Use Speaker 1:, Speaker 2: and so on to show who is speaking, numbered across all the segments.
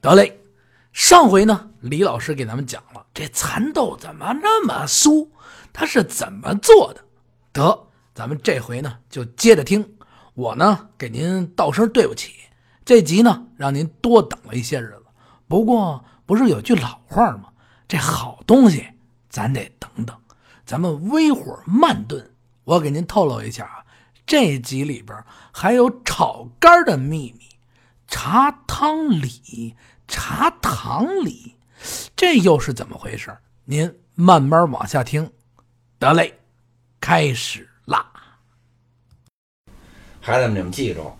Speaker 1: 得嘞，上回呢，李老师给咱们讲了这蚕豆怎么那么酥，它是怎么做的。得，咱们这回呢就接着听。我呢给您道声对不起，这集呢让您多等了一些日子。不过不是有句老话吗？这好东西咱得等等。咱们微火慢炖，我给您透露一下啊，这集里边还有炒肝的秘密。茶汤里，茶堂里，这又是怎么回事？您慢慢往下听。得嘞，开始啦！
Speaker 2: 孩子们，你们记住，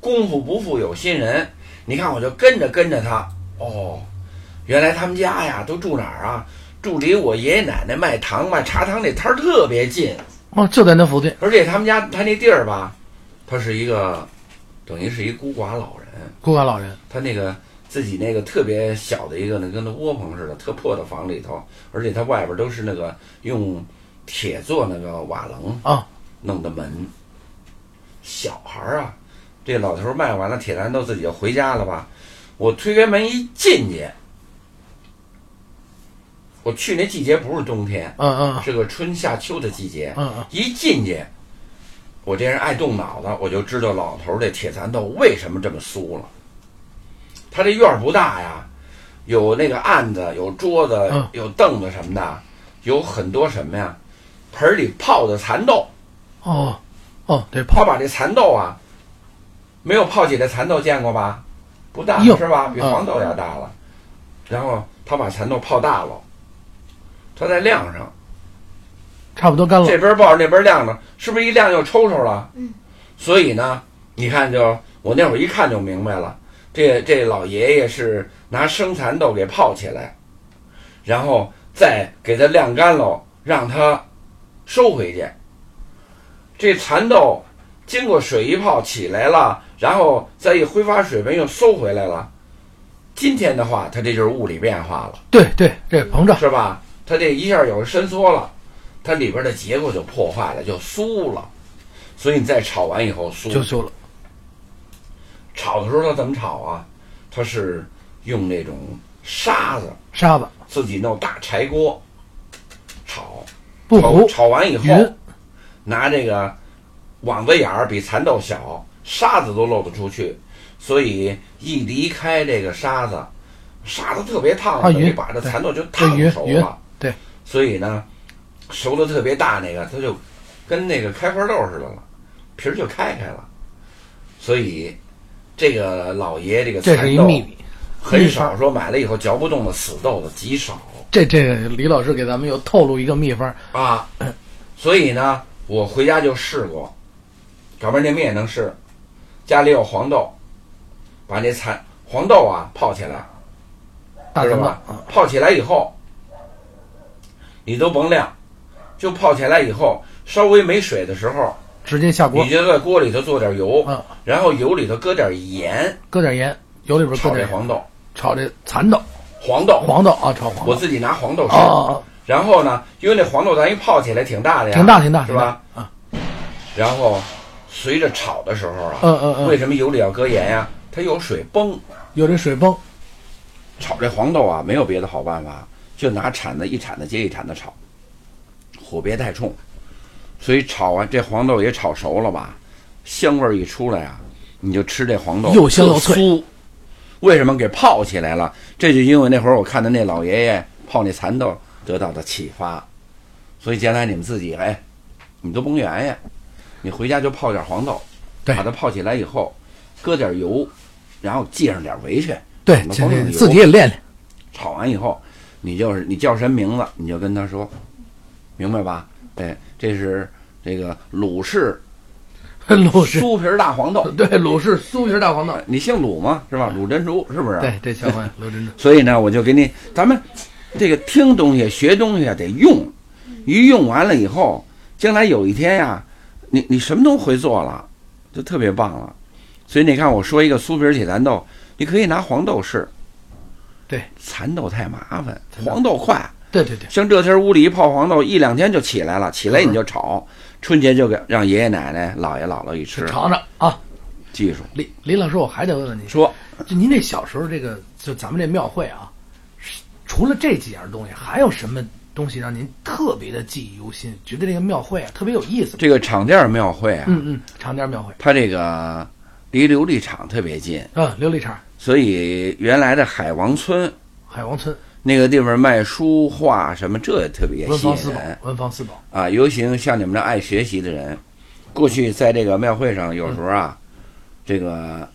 Speaker 2: 功夫不负有心人。你看，我就跟着跟着他。哦，原来他们家呀都住哪儿啊？住离我爷爷奶奶卖糖卖茶汤那摊儿特别近，
Speaker 1: 哦，就在那附近。
Speaker 2: 而且他们家他那地儿吧，他是一个，等于是一孤寡老人。
Speaker 1: 孤寡老人，
Speaker 2: 他那个自己那个特别小的一个那跟那窝棚似的，特破的房里头，而且他外边都是那个用铁做那个瓦楞
Speaker 1: 啊
Speaker 2: 弄的门。小孩儿啊，这老头儿卖完了铁蚕豆，自己就回家了吧？我推开门一进去，我去那季节不是冬天，
Speaker 1: 嗯嗯
Speaker 2: 是个春夏秋的季节。
Speaker 1: 嗯嗯，
Speaker 2: 一进去，我这人爱动脑子，我就知道老头儿这铁蚕豆为什么这么酥了。他这院儿不大呀，有那个案子，有桌子
Speaker 1: 嗯，
Speaker 2: 有凳子什么的，有很多什么呀，盆儿里泡的蚕豆。
Speaker 1: 哦哦，这
Speaker 2: 他
Speaker 1: 泡
Speaker 2: 把这蚕豆啊，没有泡起的蚕豆见过吧？不大
Speaker 1: 哟
Speaker 2: 是吧？比
Speaker 1: 嗯
Speaker 2: 黄豆要大了。然后他把蚕豆泡大了，他再晾上，
Speaker 1: 差不多干了
Speaker 2: 这边抱着那边晾着，是不是一晾就抽抽了？
Speaker 3: 嗯。
Speaker 2: 所以呢，你看就我那会儿一看就明白了，这这老爷爷是拿生蚕豆给泡起来，然后再给它晾干喽，让它收回去。这蚕豆经过水一泡起来了，然后再一挥发水分又收回来了。今天的话，它这就是物理变化了。
Speaker 1: 对对，这膨胀。
Speaker 2: 是吧？它这一下有伸缩了，它里边的结构就破坏了，就酥了。所以你再炒完以后酥，
Speaker 1: 就修了，
Speaker 2: 炒的时候它怎么炒啊？它是用那种沙子
Speaker 1: 沙子
Speaker 2: 自己弄大柴锅炒，
Speaker 1: 不
Speaker 2: 炒
Speaker 1: 糊，
Speaker 2: 炒完以后
Speaker 1: 匀，
Speaker 2: 拿这个网子眼儿比蚕豆小，沙子都露得出去，所以一离开这个沙子，沙子特别烫，
Speaker 1: 啊
Speaker 2: 等于
Speaker 1: 匀
Speaker 2: 把这
Speaker 1: 对
Speaker 2: 蚕豆就烫
Speaker 1: 匀
Speaker 2: 熟
Speaker 1: 匀
Speaker 2: 了。
Speaker 1: 对，
Speaker 2: 所以呢，熟的特别大那个，它就跟那个开花豆似的了，皮儿就开开了。所以这个老爷这个
Speaker 1: 这
Speaker 2: 蚕
Speaker 1: 是一
Speaker 2: 豆
Speaker 1: 秘密。
Speaker 2: 很
Speaker 1: 秘方
Speaker 2: 少说买了以后嚼不动的死豆子极少。
Speaker 1: 这这李老师给咱们又透露一个秘方，
Speaker 2: 啊，所以呢，我回家就试过，搞半天面也能试。家里有黄豆，把那蚕黄豆啊泡起来，
Speaker 1: 大啊什
Speaker 2: 知道
Speaker 1: 么
Speaker 2: 吧？？泡起来以后，你都甭晾，就泡起来以后，稍微没水的时候，
Speaker 1: 直接下锅
Speaker 2: 你，就在锅里头做点油，
Speaker 1: 嗯
Speaker 2: 然后油里头搁点盐，
Speaker 1: 搁点盐，油里边搁
Speaker 2: 炒这
Speaker 1: 点
Speaker 2: 黄豆，
Speaker 1: 炒这蚕豆、
Speaker 2: 黄豆，
Speaker 1: 黄豆啊，炒黄
Speaker 2: 我
Speaker 1: 豆。
Speaker 2: 自己拿黄豆
Speaker 1: 哦
Speaker 2: 烧。
Speaker 1: 哦，
Speaker 2: 然后呢，因为那黄豆咱一泡起来挺大的
Speaker 1: 哦
Speaker 2: 呀，
Speaker 1: 挺大挺大，
Speaker 2: 是吧？
Speaker 1: 挺大？啊，
Speaker 2: 然后随着炒的时候啊，
Speaker 1: 嗯嗯
Speaker 2: 为
Speaker 1: 嗯，
Speaker 2: 什么油里要搁盐呀、它有水崩。
Speaker 1: 有这水崩，
Speaker 2: 炒这黄豆啊，没有别的好办法，就拿铲子一铲子接一铲子炒，火别太冲。所以炒完这黄豆也炒熟了吧，香味儿一出来啊，你就吃这黄豆
Speaker 1: 又香又脆
Speaker 2: 特酥。为什么给泡起来了？这就因为那会儿我看的那老爷爷泡那蚕豆得到的启发，所以将来你们自己哎，你都甭圆呀，你回家就泡点黄豆，
Speaker 1: 对
Speaker 2: 把它泡起来以后，搁点油，然后系上点围裙，
Speaker 1: 对，
Speaker 2: 那
Speaker 1: 这
Speaker 2: 光有
Speaker 1: 这自己也练练。
Speaker 2: 炒完以后，你就是你叫什么名字，你就跟他说，明白吧？哎，这是这个鲁氏
Speaker 1: 鲁氏，
Speaker 2: 酥皮儿大 黄豆，
Speaker 1: 对，鲁氏酥皮大黄豆，
Speaker 2: 你姓鲁吗？是吧？鲁珍珠是不是？。
Speaker 1: 对，这小 朋友鲁珍珠，
Speaker 2: 所以呢，我就给你，咱们这个听东西、学东西啊，得用，一用完了以后，将来有一天呀，你你什么都会做了，就特别棒了。所以你看，我说一个酥皮儿铁蚕豆，你可以拿黄豆试。
Speaker 1: 对，
Speaker 2: 蚕豆太麻烦，
Speaker 1: 蚕豆
Speaker 2: 黄豆快。
Speaker 1: 对对对，
Speaker 2: 像这天屋里一泡黄豆，一两天就起来
Speaker 1: 嗯
Speaker 2: 了，起来你就炒，春节就给让爷爷奶奶、姥爷姥姥一吃。
Speaker 1: 尝尝啊，
Speaker 2: 技术。
Speaker 1: 李李老师，我还得问问您，
Speaker 2: 说
Speaker 1: 就您那小时候这个，就咱们这庙会啊，是除了这几样东西，还有什么东西让您特别的记忆犹新？觉得这个庙会啊特别有意思吗？
Speaker 2: 这个厂甸儿庙会啊，
Speaker 1: 嗯嗯，长江庙会，
Speaker 2: 它这个离琉璃厂特别近，
Speaker 1: 嗯，琉璃厂、
Speaker 2: 所以原来的海王村
Speaker 1: 海王村、
Speaker 2: 那个地方卖书画什么，这也特别
Speaker 1: 文
Speaker 2: 吸
Speaker 1: 房
Speaker 2: 引
Speaker 1: 四宝
Speaker 2: 人、
Speaker 1: 文房四宝，
Speaker 2: 啊。尤其像你们这爱学习的人，过去在这个庙会上，有时候啊，这个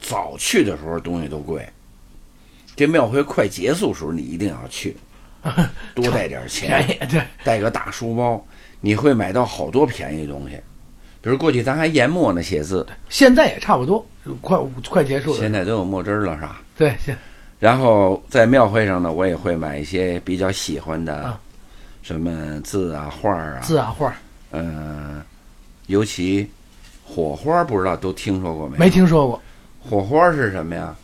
Speaker 2: 早去的时候东西都贵，这庙会快结束时候你一定要去，多带点钱
Speaker 1: 便。宜，对，
Speaker 2: 带个大书包，你会买到好多便宜的东西。比如过去咱还研墨呢，写字，
Speaker 1: 现在也差不多，快快结束了
Speaker 2: 现，在都有墨汁儿了，是吧？
Speaker 1: 对，现
Speaker 2: 然后在庙会上呢，我也会买一些比较喜欢的
Speaker 1: 啊，
Speaker 2: 什么字啊、画儿啊，
Speaker 1: 字啊画儿
Speaker 2: 嗯、尤其火花儿，不知道都听说过没有？
Speaker 1: 没听说过，
Speaker 2: 火花儿是什么呀？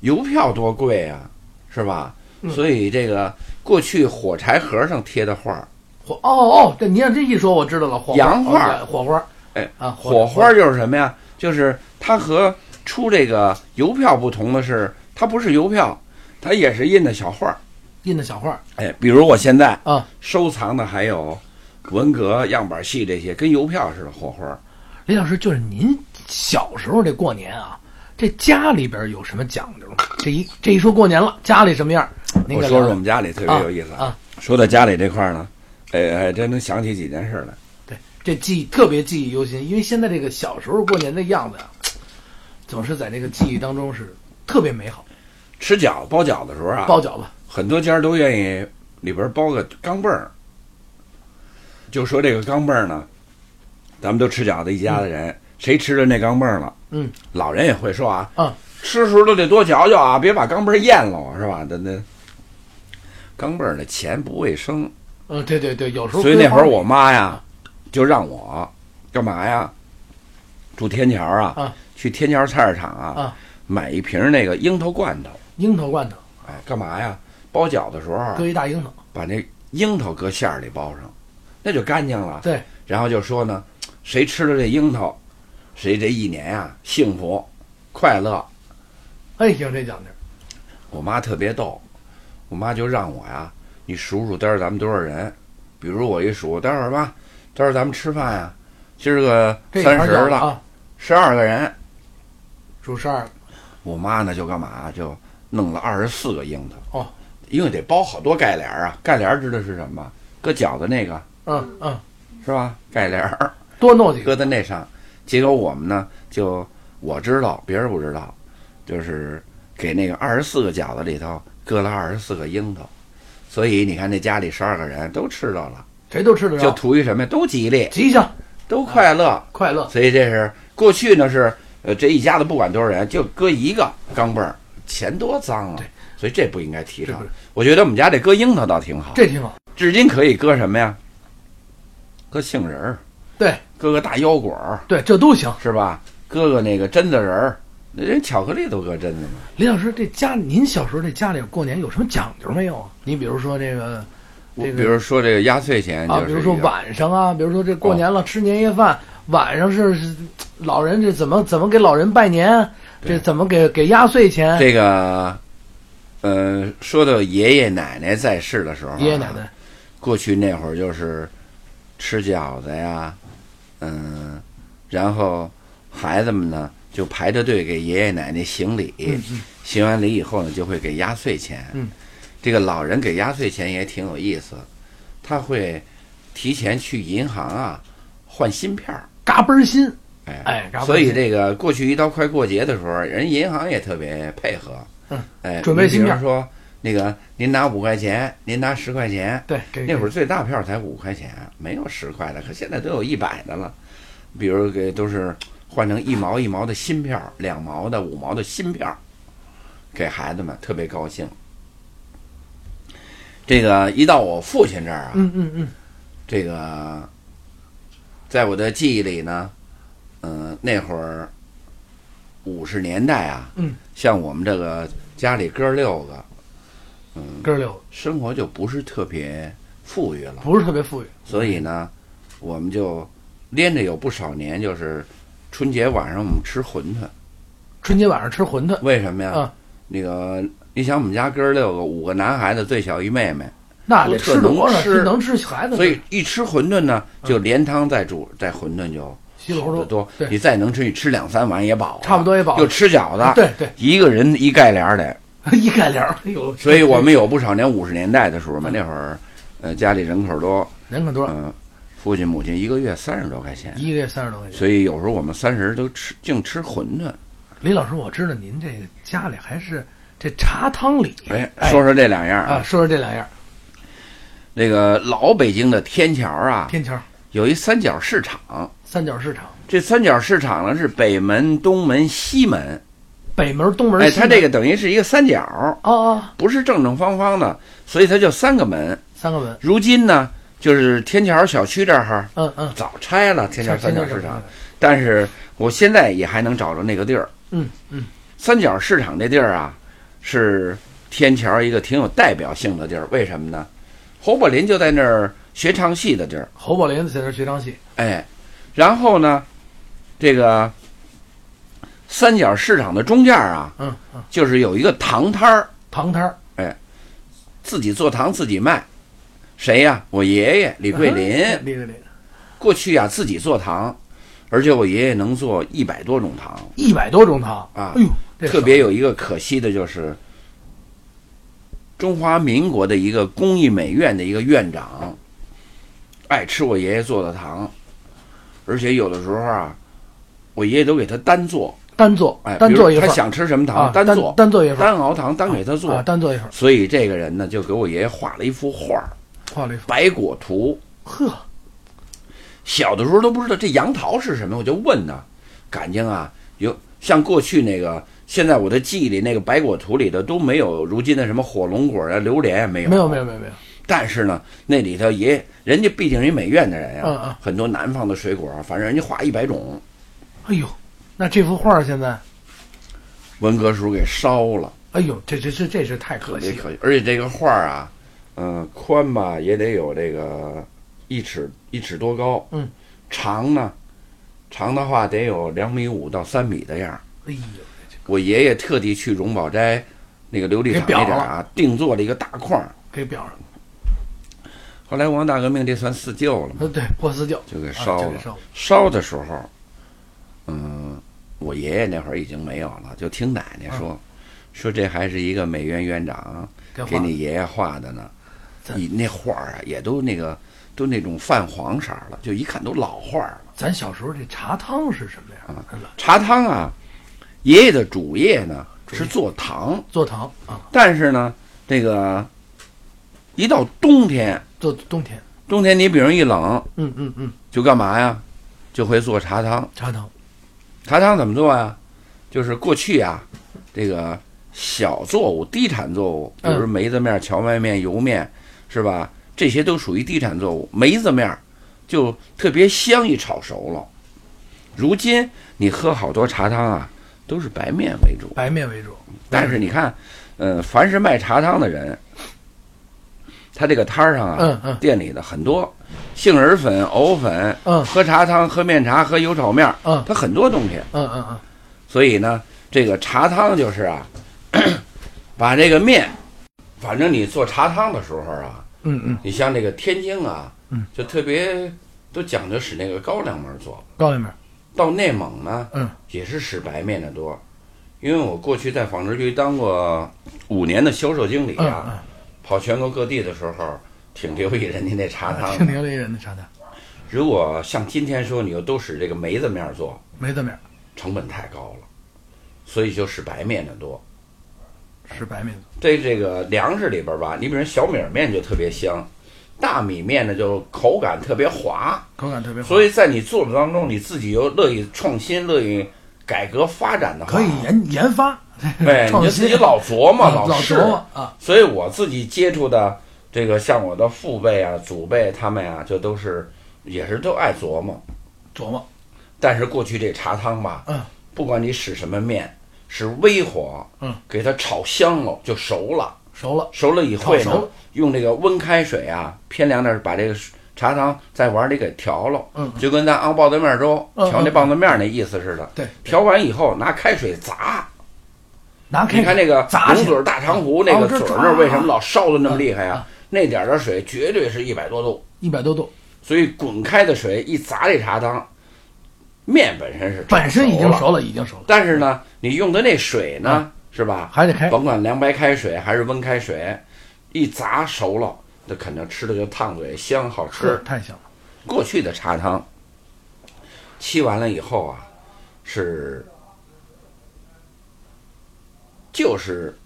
Speaker 2: 邮票多贵啊，是吧？所以这个过去火柴盒上贴的画儿，
Speaker 1: 火哦哦，对，您要这一说我知道了，火
Speaker 2: 洋
Speaker 1: 花
Speaker 2: 画
Speaker 1: 儿
Speaker 2: 儿
Speaker 1: 哦对火花儿
Speaker 2: 哎，
Speaker 1: 啊，
Speaker 2: 火花就是什么呀？就是它和出这个邮票不同的是，它不是邮票，它也是印的小画儿。
Speaker 1: 印的小画儿
Speaker 2: 哎，比如我现在
Speaker 1: 啊，
Speaker 2: 收藏的还有文革样板戏这些，跟邮票似的火花儿。
Speaker 1: 李老师，就是您小时候这过年啊，这家里边有什么讲究吗？这一这一说过年了，家里什么样？您
Speaker 2: 我
Speaker 1: 给聊
Speaker 2: 说说我
Speaker 1: 聊
Speaker 2: 们家里特别有意思
Speaker 1: 啊啊。
Speaker 2: 说到家里这块儿呢，哎，还真能想起几件事来。
Speaker 1: 对，这记忆特别记忆犹新，因为现在这个小时候过年的样子呀、总是在这个记忆当中是特别美好。
Speaker 2: 吃饺子包饺子的时候啊，
Speaker 1: 包饺子，
Speaker 2: 很多家都愿意里边包个钢镚儿。就说这个钢镚儿呢，咱们都吃饺子一家的人，谁吃着那钢镚儿了，
Speaker 1: 嗯，
Speaker 2: 老人也会说啊，
Speaker 1: 嗯，
Speaker 2: 吃时候都得多嚼嚼啊，别把钢镚儿咽了，啊是吧？那那钢镚儿的钱不卫生，
Speaker 1: 嗯，对对对，有时候
Speaker 2: 所以那会
Speaker 1: 规
Speaker 2: 儿
Speaker 1: 划
Speaker 2: 我妈呀，就让我干嘛呀？住天桥啊，
Speaker 1: 啊
Speaker 2: 去天桥菜市场啊，
Speaker 1: 啊
Speaker 2: 买一瓶那个樱桃罐头，
Speaker 1: 樱桃罐头，
Speaker 2: 哎，干嘛呀？包饺子的时候啊
Speaker 1: 搁一大樱桃，
Speaker 2: 把那樱桃搁馅儿里包上，那就干净了。
Speaker 1: 对，
Speaker 2: 然后就说呢，谁吃了这樱桃，谁这一年啊幸福快乐。
Speaker 1: 哎，有这讲究，
Speaker 2: 我妈特别逗，我妈就让我呀，你数数待会儿咱们多少人，比如我一数，待会儿吧，待会儿咱们吃饭呀，今儿个
Speaker 1: 这
Speaker 2: 三
Speaker 1: 盘
Speaker 2: 十
Speaker 1: 饺子
Speaker 2: 了，
Speaker 1: 啊，
Speaker 2: 十二个人，
Speaker 1: 数十二，
Speaker 2: 我妈呢就干嘛就弄了二十四个樱桃
Speaker 1: 哦，
Speaker 2: 因为得包好多盖帘儿啊，盖帘儿知道是什么吗？搁饺子那个
Speaker 1: 嗯嗯，
Speaker 2: 是吧？盖帘儿。
Speaker 1: 多弄几个，
Speaker 2: 搁在那上。结果我们呢，就我知道，别人不知道，就是给那个二十四个饺子里头搁了二十四个樱桃，所以你看这家里十二个人都吃到了，
Speaker 1: 谁都吃得
Speaker 2: 就
Speaker 1: 着，
Speaker 2: 图一什么呀？都吉利，
Speaker 1: 吉祥
Speaker 2: 都快乐。
Speaker 1: 快乐，
Speaker 2: 所以这是过去呢是，呃，这一家子不管多少人，就搁一个钢镚儿，钱多脏啊
Speaker 1: 对！
Speaker 2: 所以这不应该提
Speaker 1: 是
Speaker 2: 倡
Speaker 1: 不是。？
Speaker 2: 我觉得我们家这搁樱桃倒挺好，
Speaker 1: 这挺好，
Speaker 2: 至今可以搁什么呀？搁杏仁儿，
Speaker 1: 对，
Speaker 2: 搁个大腰果儿。
Speaker 1: 对，这都行。
Speaker 2: 是吧？搁个那个榛子仁儿，那人巧克力都搁榛子嘛。
Speaker 1: 李老师，这家您小时候这家里过年有什么讲究没有啊？你比如说这个，
Speaker 2: 我
Speaker 1: 这个
Speaker 2: 比如说这个压岁钱就
Speaker 1: 啊，
Speaker 2: 是一
Speaker 1: 比
Speaker 2: 个，哦
Speaker 1: 如说晚上啊，比如说这过年了吃年夜饭，晚上是是老人这怎么怎么给老人拜年，这
Speaker 2: 对
Speaker 1: 怎么给给压岁钱？
Speaker 2: 这个，呃，说到爷爷奶奶在世的时候啊、
Speaker 1: 爷爷奶奶
Speaker 2: 过去那会儿就是吃饺子呀，嗯、然后孩子们呢就排着队给爷爷奶奶行礼，行完礼以后呢就会给压岁钱。
Speaker 1: 嗯
Speaker 2: 这个老人给压岁钱也挺有意思，他会提前去银行啊换芯片儿。
Speaker 1: 嘎嘣儿新，
Speaker 2: 哎
Speaker 1: 哎嘎嘣儿
Speaker 2: 所以
Speaker 1: 新
Speaker 2: 这个过去一到快过节的时候，人银行也特别配合，
Speaker 1: 嗯，
Speaker 2: 哎，
Speaker 1: 准备
Speaker 2: 你比
Speaker 1: 芯片
Speaker 2: 如说那个您拿五块钱，您拿十块钱，
Speaker 1: 对，给
Speaker 2: 那会儿最大票才五块钱，没有十块的，可现在都有一百的了。比如给都是换成一毛一毛的新票，两毛的、五毛的新票，给孩子们特别高兴。这个一到我父亲这儿啊，
Speaker 1: 嗯嗯嗯，
Speaker 2: 这个，在我的记忆里呢，嗯、那会儿五十年代啊，
Speaker 1: 嗯，
Speaker 2: 像我们这个家里哥儿六个，
Speaker 1: 哥儿六个
Speaker 2: 生活就不是特别富裕了，
Speaker 1: 不是特别富裕，
Speaker 2: 所以呢，我们就连着有不少年就是春节晚上我们吃馄饨，
Speaker 1: 春节晚上吃馄饨，
Speaker 2: 为什么呀？
Speaker 1: 啊
Speaker 2: 那个你想我们家哥儿六个，五个男孩子，最小一妹妹，
Speaker 1: 那得
Speaker 2: 都特
Speaker 1: 吃多少？
Speaker 2: 能吃
Speaker 1: 能吃孩子，
Speaker 2: 所以一吃馄饨呢，
Speaker 1: 嗯
Speaker 2: 就连汤带煮带馄饨就
Speaker 1: 稀里糊
Speaker 2: 好得
Speaker 1: 涂
Speaker 2: 多。
Speaker 1: 对
Speaker 2: 你再能吃，你吃两三碗也饱了，
Speaker 1: 差不多也饱了啊
Speaker 2: 又吃啊饺子，
Speaker 1: 对对，
Speaker 2: 一个人一盖帘儿得。
Speaker 1: 一盖帘儿，哎呦，
Speaker 2: 所以我们有不少年五十年代的时候
Speaker 1: 嗯
Speaker 2: 嘛，那会儿，呃，家里人口多，
Speaker 1: 人可多少？
Speaker 2: 嗯、父亲母亲一个月三十多块钱，
Speaker 1: 一个月三十多块钱。
Speaker 2: 所以有时候我们三十人都吃净吃馄饨。
Speaker 1: 李老师，我知道您这个家里还是这茶汤里，
Speaker 2: 哎，说说这两样
Speaker 1: 啊，，说说这两样
Speaker 2: 那个老北京的天桥啊，
Speaker 1: 天桥
Speaker 2: 有一三角市场。
Speaker 1: 三角市场，
Speaker 2: 这三角市场呢是北门、东门、西门，
Speaker 1: 北门、东门、
Speaker 2: 哎，
Speaker 1: 西
Speaker 2: 它
Speaker 1: 门
Speaker 2: 这个等于是一个三角，
Speaker 1: 哦哦，
Speaker 2: 不是正正方方的，所以它就三个门。
Speaker 1: 三个门，
Speaker 2: 如今呢，就是天桥小区这儿
Speaker 1: 嗯嗯，
Speaker 2: 早拆了天桥三角
Speaker 1: 天
Speaker 2: 市
Speaker 1: 市
Speaker 2: 场
Speaker 1: 场，，
Speaker 2: 但是我现在也还能找着那个地儿。
Speaker 1: 嗯嗯，
Speaker 2: 三角市场这地儿啊，是天桥一个挺有代表性的地儿。为什么呢？侯宝林就在那儿学唱戏的地儿，
Speaker 1: 侯宝林在这儿学唱戏，
Speaker 2: 哎，然后呢，这个三角市场的中间儿啊，
Speaker 1: 嗯嗯，
Speaker 2: 就是有一个糖摊儿，
Speaker 1: 糖摊儿，
Speaker 2: 自己做糖自己卖。谁呀、我爷爷李桂林，
Speaker 1: 哎李桂林，
Speaker 2: 过去呀、自己做糖，而且我爷爷能做一百多种糖。
Speaker 1: 一百多种糖
Speaker 2: 啊
Speaker 1: 哎呦，这
Speaker 2: 特别有一个可惜的就是，中华民国的一个工艺美院的一个院长，爱吃我爷爷做的糖，而且有的时候啊，我爷爷都给他单做，
Speaker 1: 单做
Speaker 2: 哎，，
Speaker 1: 单做
Speaker 2: 比
Speaker 1: 一
Speaker 2: 如
Speaker 1: 份
Speaker 2: 他
Speaker 1: 儿
Speaker 2: 想吃什么
Speaker 1: 啊，
Speaker 2: 糖，
Speaker 1: 单
Speaker 2: 做，
Speaker 1: 单做一份儿
Speaker 2: 单熬糖，单给他做。
Speaker 1: 啊，单做一份儿，
Speaker 2: 所以这个人呢，就给我爷爷画了一幅画儿，
Speaker 1: 画了一份儿，
Speaker 2: 白果图。
Speaker 1: 呵，
Speaker 2: 哎小的时候都不知道这杨桃是什么，我就问呢，感情啊，有像过去那个，现在我的记忆里那个白果图里的都没有如今的什么火龙果啊、榴莲啊，没有，
Speaker 1: 没有没有。没有没有，
Speaker 2: 但是呢，那里头也人家毕竟是一美院的人呀、
Speaker 1: 嗯嗯
Speaker 2: 很多南方的水果啊，反正人家画一百种，
Speaker 1: 哎呦，那这幅画儿现在，
Speaker 2: 文革时候给烧了，
Speaker 1: 哎呦，这这这这是太可
Speaker 2: 也
Speaker 1: 惜了，
Speaker 2: 可惜。而且这个画儿啊，嗯、宽吧也得有这个一尺一尺多高，
Speaker 1: 嗯，
Speaker 2: 长呢，长的话得有两米五到三米的样儿。
Speaker 1: 哎呦，
Speaker 2: 我爷爷特地去荣宝斋那个琉璃厂
Speaker 1: 给
Speaker 2: 那点
Speaker 1: 裱
Speaker 2: 儿
Speaker 1: 了
Speaker 2: 啊，定做了一个大框儿。
Speaker 1: 给裱上，
Speaker 2: 后来文化大革命这算四旧了嘛，
Speaker 1: 呃对，破四旧
Speaker 2: 就给烧
Speaker 1: 啊就
Speaker 2: 了。
Speaker 1: 给烧了
Speaker 2: 烧的时候，嗯，我爷爷那会儿已经没有了，就听奶奶
Speaker 1: 嗯
Speaker 2: 说，说这还是一个美院院长
Speaker 1: 给
Speaker 2: 给
Speaker 1: 画
Speaker 2: 你爷爷画的呢。
Speaker 1: 这
Speaker 2: 你那画儿啊，也都那个都那种泛黄色儿了，就一看都老画儿了。
Speaker 1: 咱小时候这茶汤是什么
Speaker 2: 嗯
Speaker 1: 样？
Speaker 2: 茶汤啊，爷爷的主业呢是做糖。
Speaker 1: 做糖啊，
Speaker 2: 但是呢，这个一到冬天，
Speaker 1: 做冬天。
Speaker 2: 冬天你比如一冷，
Speaker 1: 嗯嗯嗯，
Speaker 2: 就干嘛呀？就会做茶汤。
Speaker 1: 茶汤。
Speaker 2: 茶汤怎么做呀？就是过去啊，这个小作物、低产作物，比
Speaker 1: 嗯
Speaker 2: 如梅子面、荞麦面、油面，是吧？这些都属于低产作物。梅子面就特别香，一炒熟了。如今你喝好多茶汤啊，都是白面为主。
Speaker 1: 白面为主。
Speaker 2: 但是你看，呃，凡是卖茶汤的人，他这个摊儿上啊，
Speaker 1: 嗯嗯
Speaker 2: 店里的很多杏仁粉、藕粉，
Speaker 1: 嗯
Speaker 2: 喝茶汤、喝面茶、喝油炒面儿，
Speaker 1: 嗯
Speaker 2: 他很多东西。
Speaker 1: 嗯嗯嗯，
Speaker 2: 所以呢，这个茶汤就是啊， 把这个面，反正你做茶汤的时候啊，
Speaker 1: 嗯嗯，
Speaker 2: 你像这个天津啊，
Speaker 1: 嗯，
Speaker 2: 就特别都讲究使那个高粱面儿做。
Speaker 1: 高一面。
Speaker 2: 到内蒙呢，
Speaker 1: 嗯，
Speaker 2: 也是使白面的多，因为我过去在纺织局当过五年的销售经理
Speaker 1: 嗯
Speaker 2: 啊，跑全国各地的时候，挺留意人家那茶
Speaker 1: 嗯，
Speaker 2: 汤
Speaker 1: 挺
Speaker 2: 的。
Speaker 1: 牛的一人的茶汤，
Speaker 2: 如果像今天说你又都使这个梅子面儿做，
Speaker 1: 梅子面
Speaker 2: 成本太高了，所以就使白面的多。
Speaker 1: 是白面做。
Speaker 2: 在这个粮食里边吧，你比如小米儿面就特别香，大米面呢就口感特别滑，
Speaker 1: 口感特别好。
Speaker 2: 所以在你做的当中，你自己又乐意创新，乐意改革发展的话，
Speaker 1: 可以研研发，
Speaker 2: 哎，你
Speaker 1: 创
Speaker 2: 就
Speaker 1: 新
Speaker 2: 自己老琢 磨，
Speaker 1: 老
Speaker 2: 试
Speaker 1: 琢。磨啊。
Speaker 2: 所以我自己接触的这个，像我的父辈啊、祖辈他们啊，就都是也是都爱琢磨。
Speaker 1: 琢磨，
Speaker 2: 但是过去这茶汤吧，
Speaker 1: 嗯，
Speaker 2: 不管你使什么面，是微火，
Speaker 1: 嗯，
Speaker 2: 给它炒香了就熟了，
Speaker 1: 熟了，
Speaker 2: 熟了以后
Speaker 1: 炒
Speaker 2: 呢
Speaker 1: 熟，
Speaker 2: 用这个温开水啊，偏凉点儿把这个茶糖再碗里给调了，
Speaker 1: 嗯
Speaker 2: 就跟咱熬棒子面粥
Speaker 1: 嗯
Speaker 2: 调那棒子面那意思似的。
Speaker 1: 对
Speaker 2: 调完以后拿开水砸，
Speaker 1: 拿开
Speaker 2: 你看那个
Speaker 1: 砸
Speaker 2: 龙
Speaker 1: 起来
Speaker 2: 嘴大长壶那
Speaker 1: 哦
Speaker 2: 个
Speaker 1: 这
Speaker 2: 嘴
Speaker 1: 砸
Speaker 2: 儿那儿为什么老烧的那么厉害
Speaker 1: 嗯
Speaker 2: 呀？那点儿的水绝对是一百多度，
Speaker 1: 一百多度，
Speaker 2: 所以滚开的水一砸这茶汤，面本身是
Speaker 1: 本身已经
Speaker 2: 了，
Speaker 1: 熟了，已嗯经熟了，
Speaker 2: 但是呢，你用的那水呢，是吧？
Speaker 1: 还得开。
Speaker 2: 甭管凉白开水还是温开水，一砸熟了，那肯定吃的就烫嘴，香好
Speaker 1: 是
Speaker 2: 吃。
Speaker 1: 太香了，
Speaker 2: 过去的茶汤，沏完了以后啊，是就是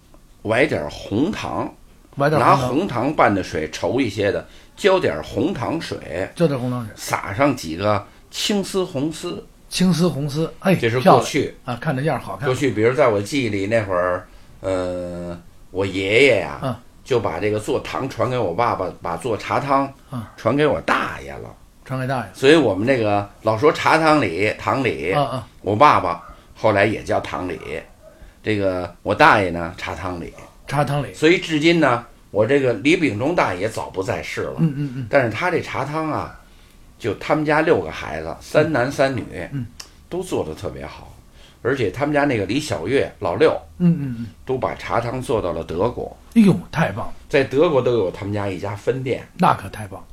Speaker 2: 崴点儿红糖，
Speaker 1: 崴点
Speaker 2: 拿
Speaker 1: 糖，
Speaker 2: 红糖拌的水稠一些的，浇点儿红糖水，
Speaker 1: 就点红糖水，
Speaker 2: 撒上几个青丝红丝，
Speaker 1: 青丝红丝，哎，
Speaker 2: 这是
Speaker 1: 漂
Speaker 2: 过
Speaker 1: 亮
Speaker 2: 去。
Speaker 1: 啊，看这样好看
Speaker 2: 过，去，比如在我记忆里那会儿，呃，我爷爷呀、
Speaker 1: 嗯
Speaker 2: 就把这个做糖传给我爸爸，把做茶汤
Speaker 1: 嗯
Speaker 2: 传给我大爷了。
Speaker 1: 传给大爷。
Speaker 2: 所以我们那个老说茶汤里堂里，
Speaker 1: 啊啊，
Speaker 2: 我爸爸后来也叫堂里，这个我大爷呢茶汤里。
Speaker 1: 茶汤里，
Speaker 2: 所以至今呢，我这个李秉忠大爷早不在世了，
Speaker 1: 嗯嗯嗯，
Speaker 2: 但是他这茶汤啊，就他们家六个孩子，三男三女，
Speaker 1: 嗯
Speaker 2: 都做的特别好，而且他们家那个李小月老六
Speaker 1: 嗯嗯嗯，
Speaker 2: 都把茶汤做到了德国，
Speaker 1: 哎呦，太棒了，
Speaker 2: 在德国都有他们家一家分店。
Speaker 1: 那可太棒了，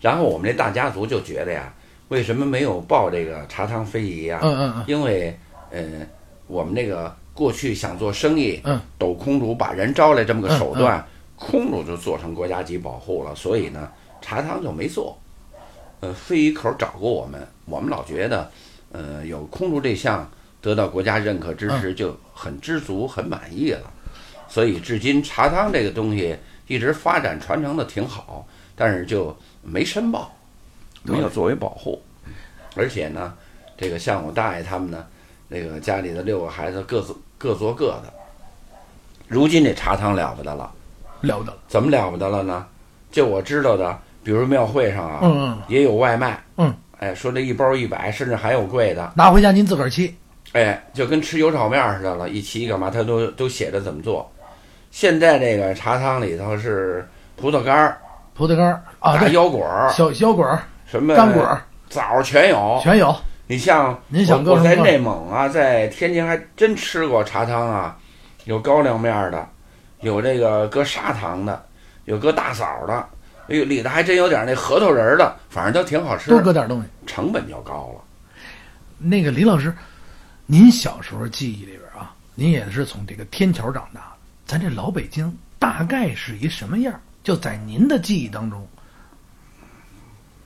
Speaker 2: 然后我们这大家族就觉得呀，为什么没有报这个茶汤非遗呀、
Speaker 1: 嗯嗯嗯，
Speaker 2: 因为，呃，我们那个过去想做生意，
Speaker 1: 嗯，
Speaker 2: 抖空主把人招来这么个手
Speaker 1: 嗯
Speaker 2: 段，空主就做成国家级保护了，所以呢，茶汤就没做。呃，非遗口找过我们，我们老觉得，呃，有空主这项得到国家认可支
Speaker 1: 嗯
Speaker 2: 持，就很知足、很满意了。所以至今茶汤这个东西一直发展传承的挺好，但是就没申报，没有作为保护。而且呢，这个像我大爷他们呢，那个家里的六个孩子各自各做各的。如今这茶汤了不得了，
Speaker 1: 了不得了，
Speaker 2: 怎么了不得了呢？就我知道的，比如庙会上啊，
Speaker 1: 嗯嗯，
Speaker 2: 也有外卖，
Speaker 1: 嗯，
Speaker 2: 哎，说这一包一百，甚至还有贵的，
Speaker 1: 拿回家您自个儿沏，
Speaker 2: 哎，就跟吃油炒面似的了，一起干嘛，他都都写着怎么做。现在这个茶汤里头是葡萄干儿、
Speaker 1: 葡萄干儿啊，
Speaker 2: 大
Speaker 1: 对，
Speaker 2: 腰果儿、
Speaker 1: 小小果儿、
Speaker 2: 什么
Speaker 1: 干果、儿
Speaker 2: 枣儿全有，
Speaker 1: 全有，
Speaker 2: 你像
Speaker 1: 您想
Speaker 2: 我
Speaker 1: 各
Speaker 2: 我
Speaker 1: 种
Speaker 2: 在
Speaker 1: 各
Speaker 2: 内蒙啊，在天津还真吃过茶汤啊，有高粱面儿的，有这个搁砂糖的，有搁大枣儿的，哎呦，里头还真有点那核桃仁儿的，反正都挺好吃
Speaker 1: 多，搁点东西。
Speaker 2: 成本就高了。
Speaker 1: 那个李老师，您小时候记忆里边啊，您也是从这个天桥长大的，咱这老北京大概是一什么样儿？就在您的记忆当中，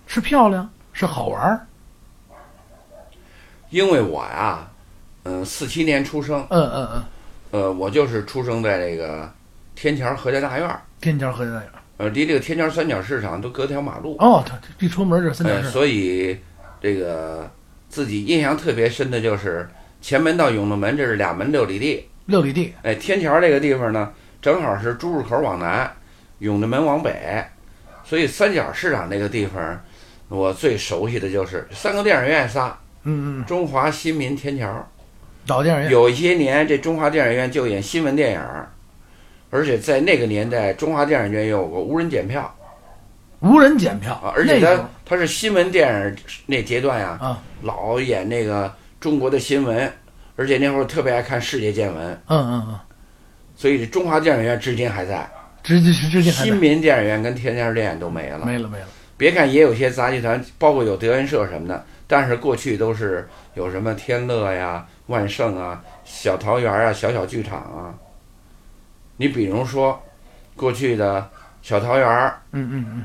Speaker 1: 是漂亮，是好玩儿，
Speaker 2: 因为我呀，嗯、四七年出生，
Speaker 1: 嗯嗯嗯，
Speaker 2: 呃，我就是出生在这个天桥河家大院儿，
Speaker 1: 天桥和那个
Speaker 2: 呃，离这个天桥三角市场都隔条马路，
Speaker 1: 哦，他一出门就是三
Speaker 2: 呃，
Speaker 1: 角市，
Speaker 2: 所以这个自己印象特别深的就是前门到永定门，这是俩门六里地。
Speaker 1: 六里地，
Speaker 2: 哎，天桥这个地方呢，正好是朱市口往南，永定门往北，所以三角市场这个地方，我最熟悉的就是三个电影院仨，
Speaker 1: 嗯嗯，嗯
Speaker 2: 中华新民天桥。
Speaker 1: 老电影院，
Speaker 2: 有一些年，这中华电影院就演新闻电影儿，而且在那个年代，中华电影院也有过无人检票
Speaker 1: 无人检票
Speaker 2: 啊，，而
Speaker 1: 那
Speaker 2: 且
Speaker 1: 时候
Speaker 2: 它它是新闻电影那阶段呀、
Speaker 1: 啊，
Speaker 2: 老演那个中国的新闻，而且那会儿特别爱看世界见闻，
Speaker 1: 嗯嗯嗯，
Speaker 2: 所以这中华电影院至今还在。
Speaker 1: 直接直接还
Speaker 2: 新民电影院跟天天电影都没了。
Speaker 1: 没了没了，
Speaker 2: 别看也有些杂技团，包括有德云社什么的，但是过去都是有什么天乐呀、万盛啊、小桃园啊、小小剧场啊。你比如说，过去的小桃园，
Speaker 1: 嗯嗯嗯，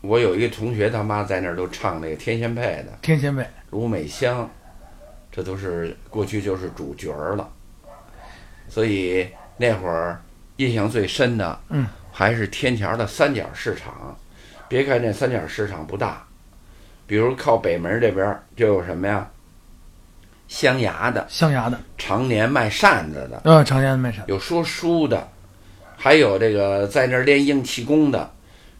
Speaker 2: 我有一个同学他妈在那儿都唱那个天仙配的
Speaker 1: 天仙贝，
Speaker 2: 卢美香，这都是过去就是主角儿了。所以那会儿印象最深的，
Speaker 1: 嗯，
Speaker 2: 还是天桥的三角市场。别看这三角市场不大，比如靠北门这边儿就有什么呀？镶牙的，
Speaker 1: 象牙的，
Speaker 2: 常年卖扇子的，
Speaker 1: 嗯，常年没事，
Speaker 2: 有说书的，还有这个在那儿练硬气功的，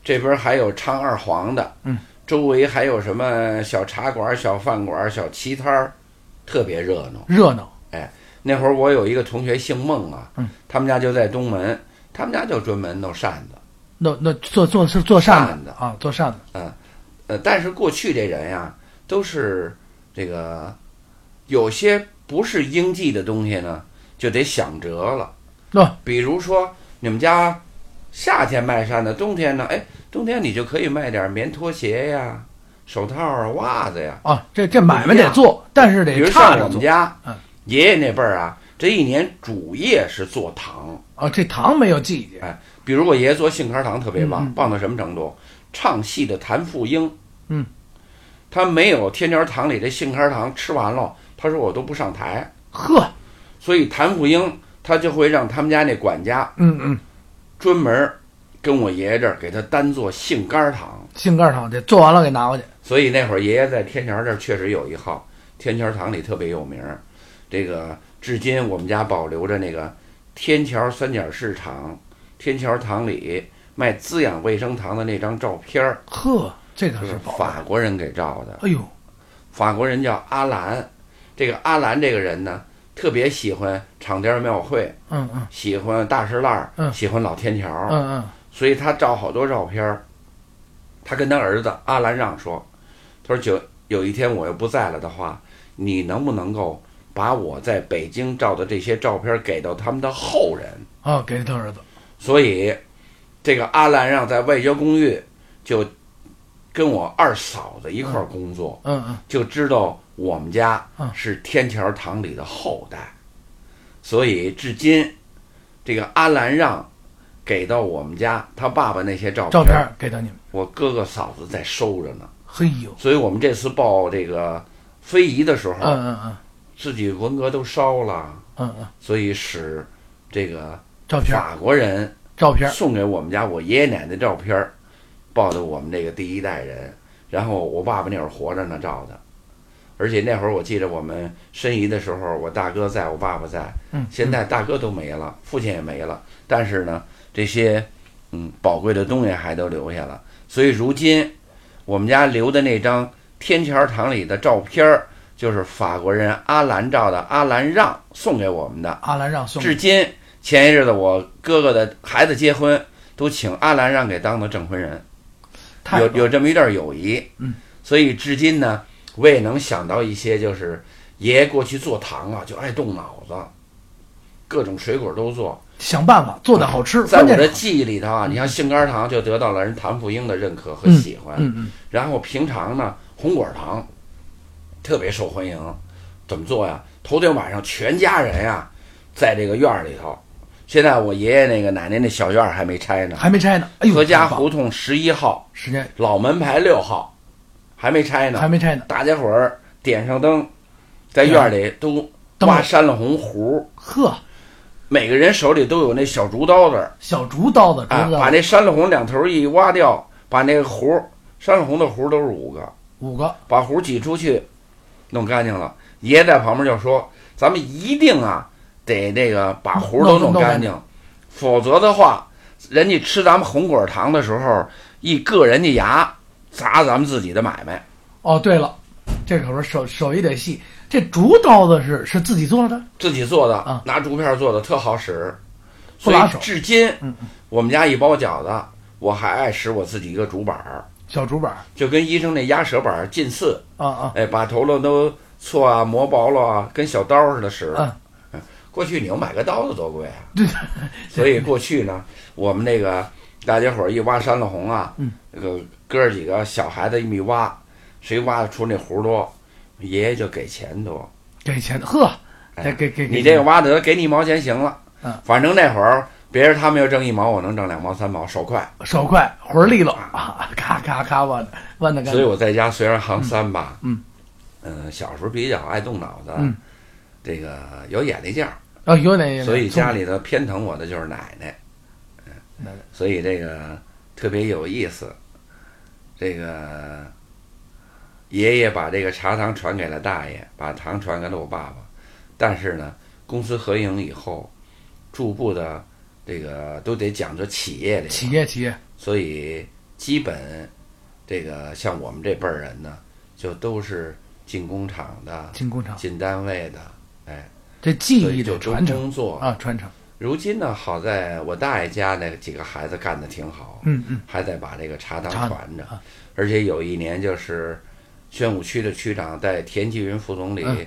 Speaker 2: 这边还有唱二黄的，
Speaker 1: 嗯，
Speaker 2: 周围还有什么小茶馆、小饭馆、小棋摊儿，特别热闹。
Speaker 1: 热闹，
Speaker 2: 那会儿我有一个同学姓孟啊，
Speaker 1: 嗯
Speaker 2: 他们家就在东门，他们家就专门弄扇子。
Speaker 1: 那那做做是做扇
Speaker 2: 扇
Speaker 1: 子
Speaker 2: 子
Speaker 1: 啊，做扇子。
Speaker 2: 呃，但是过去这人呀，都是这个有些不是应季的东西呢，就得想辙了。
Speaker 1: 那
Speaker 2: 比如说你们家夏天卖衫的，冬天呢，哎，冬天你就可以卖点棉拖鞋呀、手套啊、袜子呀。
Speaker 1: 啊，这这买卖得做，但是
Speaker 2: 比
Speaker 1: 得
Speaker 2: 如
Speaker 1: 差
Speaker 2: 像我
Speaker 1: 着
Speaker 2: 们
Speaker 1: 做
Speaker 2: 家
Speaker 1: 嗯
Speaker 2: 爷爷那辈儿啊，这一年主业是做糖。
Speaker 1: 啊。这糖没有季节
Speaker 2: 哎，比如我爷爷做杏仁糖特别棒，
Speaker 1: 嗯嗯
Speaker 2: 棒到什么程度？唱戏的谭富英，
Speaker 1: 嗯，
Speaker 2: 他没有天桥堂里的杏仁糖吃完了，他说我都不上台，
Speaker 1: 呵，
Speaker 2: 所以谭富英他就会让他们家那管家
Speaker 1: 嗯嗯，
Speaker 2: 专门跟我爷爷这儿给他单做杏干糖，
Speaker 1: 杏干糖这做完了给拿回去。
Speaker 2: 所以那会儿爷爷在天桥这儿确实有一号，天桥堂里特别有名儿，这个至今我们家保留着那个天桥三角市场天桥堂里卖滋养卫生堂的那张照片儿。
Speaker 1: 呵，这个
Speaker 2: 就是是
Speaker 1: 宝贝。
Speaker 2: 法国人给照的。
Speaker 1: 哎呦，
Speaker 2: 法国人叫阿兰，这个阿兰这个人呢，特别喜欢场店庙会，
Speaker 1: 嗯嗯
Speaker 2: 喜欢大石烂儿，
Speaker 1: 嗯
Speaker 2: 喜欢老天桥，
Speaker 1: 嗯嗯，
Speaker 2: 所以他照好多照片儿。他跟他儿子阿兰让说：“他说就有一天我又不在了的话，你能不能够把我在北京照的这些照片给到他们的后人？”
Speaker 1: 啊，给他儿子。
Speaker 2: 所以，这个阿兰让在外交公寓就跟我二嫂子一块儿工作。
Speaker 1: 嗯嗯，
Speaker 2: 就知道我们家
Speaker 1: 嗯
Speaker 2: 是天桥堂里的后代，所以至今，这个阿兰让给到我们家他爸爸那些照片，
Speaker 1: 照片儿给到你们。
Speaker 2: 我哥哥嫂子在收着呢。
Speaker 1: 嘿呦，
Speaker 2: 所以我们这次报这个非遗的时候，
Speaker 1: 嗯嗯嗯
Speaker 2: 自己文革都烧了，
Speaker 1: 嗯嗯，
Speaker 2: 所以使这个
Speaker 1: 照片儿
Speaker 2: 法国人
Speaker 1: 照片儿。
Speaker 2: 送给我们家我爷爷奶奶照片儿，报的我们这个第一代人。然后我爸爸那会儿活着呢，照的。而且那会儿我记得我们申遗的时候，我大哥在我爸爸在，
Speaker 1: 嗯，
Speaker 2: 现在大哥都没了，父亲也没了，但是呢，这些嗯宝贵的东西还都留下了。所以如今我们家留的那张天桥堂里的照片儿，就是法国人阿兰照的，阿兰让送给我们的。
Speaker 1: 阿兰让送
Speaker 2: 至今前一阵子我哥哥的孩子结婚，都请阿兰让给当的证婚人，
Speaker 1: 太
Speaker 2: 有
Speaker 1: 棒了
Speaker 2: 有这么一段友谊。
Speaker 1: 嗯，
Speaker 2: 所以至今呢，我也能想到一些，就是爷爷过去做糖啊，就爱动脑子，各种水果都做。
Speaker 1: 想办法做的好吃，
Speaker 2: 嗯在
Speaker 1: 关
Speaker 2: 我
Speaker 1: 键
Speaker 2: 的
Speaker 1: 是
Speaker 2: 记忆里头啊，你像杏干糖就得到了人谭富英的认可和
Speaker 1: 嗯
Speaker 2: 喜欢。
Speaker 1: 嗯嗯
Speaker 2: 然后平常呢，红果糖特别受欢迎，怎么做呀？头天晚上全家人呀，在这个院儿里头。现在我爷爷那个奶奶那小院儿还没拆呢，
Speaker 1: 还没拆呢。哎呦，
Speaker 2: 何嗯家
Speaker 1: 太棒了
Speaker 2: 胡同十一号
Speaker 1: 时间
Speaker 2: 老门牌六号还没拆呢
Speaker 1: 还。没拆呢。
Speaker 2: 大家伙儿点上灯，在院儿里都
Speaker 1: 啊灯笼
Speaker 2: 挖山了红糊，
Speaker 1: 呵，
Speaker 2: 每个人手里都有那小竹刀子儿，
Speaker 1: 小竹刀子，竹
Speaker 2: 啊，
Speaker 1: 子
Speaker 2: 把
Speaker 1: 刀
Speaker 2: 那山了红两头一挖掉，把那个核儿山了红的核儿都是五个，
Speaker 1: 五个，
Speaker 2: 把壶挤出去，弄干净了。爷在旁边就说：“咱们一定啊，得这个把壶都弄干净，否则的话，人家吃咱们红果糖的时候，一硌人家牙，砸咱们自己的买卖。
Speaker 1: 哦，对了，这可不是手手艺得细。这竹刀子是是自己做的，
Speaker 2: 自己做的，
Speaker 1: 啊
Speaker 2: 拿竹片做的特好使，
Speaker 1: 不
Speaker 2: 所以
Speaker 1: 拉手
Speaker 2: 至今，
Speaker 1: 嗯
Speaker 2: 我们家一包饺子，我还爱使我自己一个竹板儿，
Speaker 1: 小竹板儿
Speaker 2: 就跟医生那压舌板儿近似，
Speaker 1: 啊啊
Speaker 2: 哎，把头了都搓啊磨薄了啊，跟小刀似的使。嗯
Speaker 1: 啊！
Speaker 2: 过去你要买个刀子多贵啊！
Speaker 1: 对，
Speaker 2: 所以过去呢，我们那个大家伙儿一挖山了红啊，
Speaker 1: 嗯，
Speaker 2: 那个哥儿几个小孩子一米挖，谁挖得出那壶多，爷爷就给钱多。
Speaker 1: 给钱呵，
Speaker 2: 哎
Speaker 1: 给给给
Speaker 2: 你这个挖得给你一毛钱行了，
Speaker 1: 嗯，
Speaker 2: 反正那会儿别人他们要挣一毛，我能挣两毛三毛，手快。
Speaker 1: 手快活儿利落啊，咔咔咔弯的弯的干
Speaker 2: 所以我在家虽然行三吧，
Speaker 1: 嗯
Speaker 2: 嗯，小时候比较爱动脑子，
Speaker 1: 嗯
Speaker 2: 这个有眼力劲儿。
Speaker 1: 啊，有点
Speaker 2: 所以家里头偏疼我的就是奶奶，
Speaker 1: 奶
Speaker 2: 嗯
Speaker 1: 奶，
Speaker 2: 所以这个特别有意思。这个爷爷把这个茶糖传给了大爷，把糖传给了我爸爸，但是呢，公私合营以后，住部的这个都得讲究企业里，
Speaker 1: 企业企业
Speaker 2: 所以基本这个像我们这辈儿人呢，就都是进工厂的、
Speaker 1: 进工厂，
Speaker 2: 进单位的，
Speaker 1: 这技
Speaker 2: 所以
Speaker 1: 艺
Speaker 2: 就
Speaker 1: 的
Speaker 2: 都
Speaker 1: 传承
Speaker 2: 工作
Speaker 1: 啊传承
Speaker 2: 如今呢，好在我大爷家那几个孩子干得挺好，
Speaker 1: 嗯嗯，
Speaker 2: 还在把这个茶堂
Speaker 1: 茶啊
Speaker 2: 传着。而且有一年，就是宣武区的区长带田纪云副总理、
Speaker 1: 嗯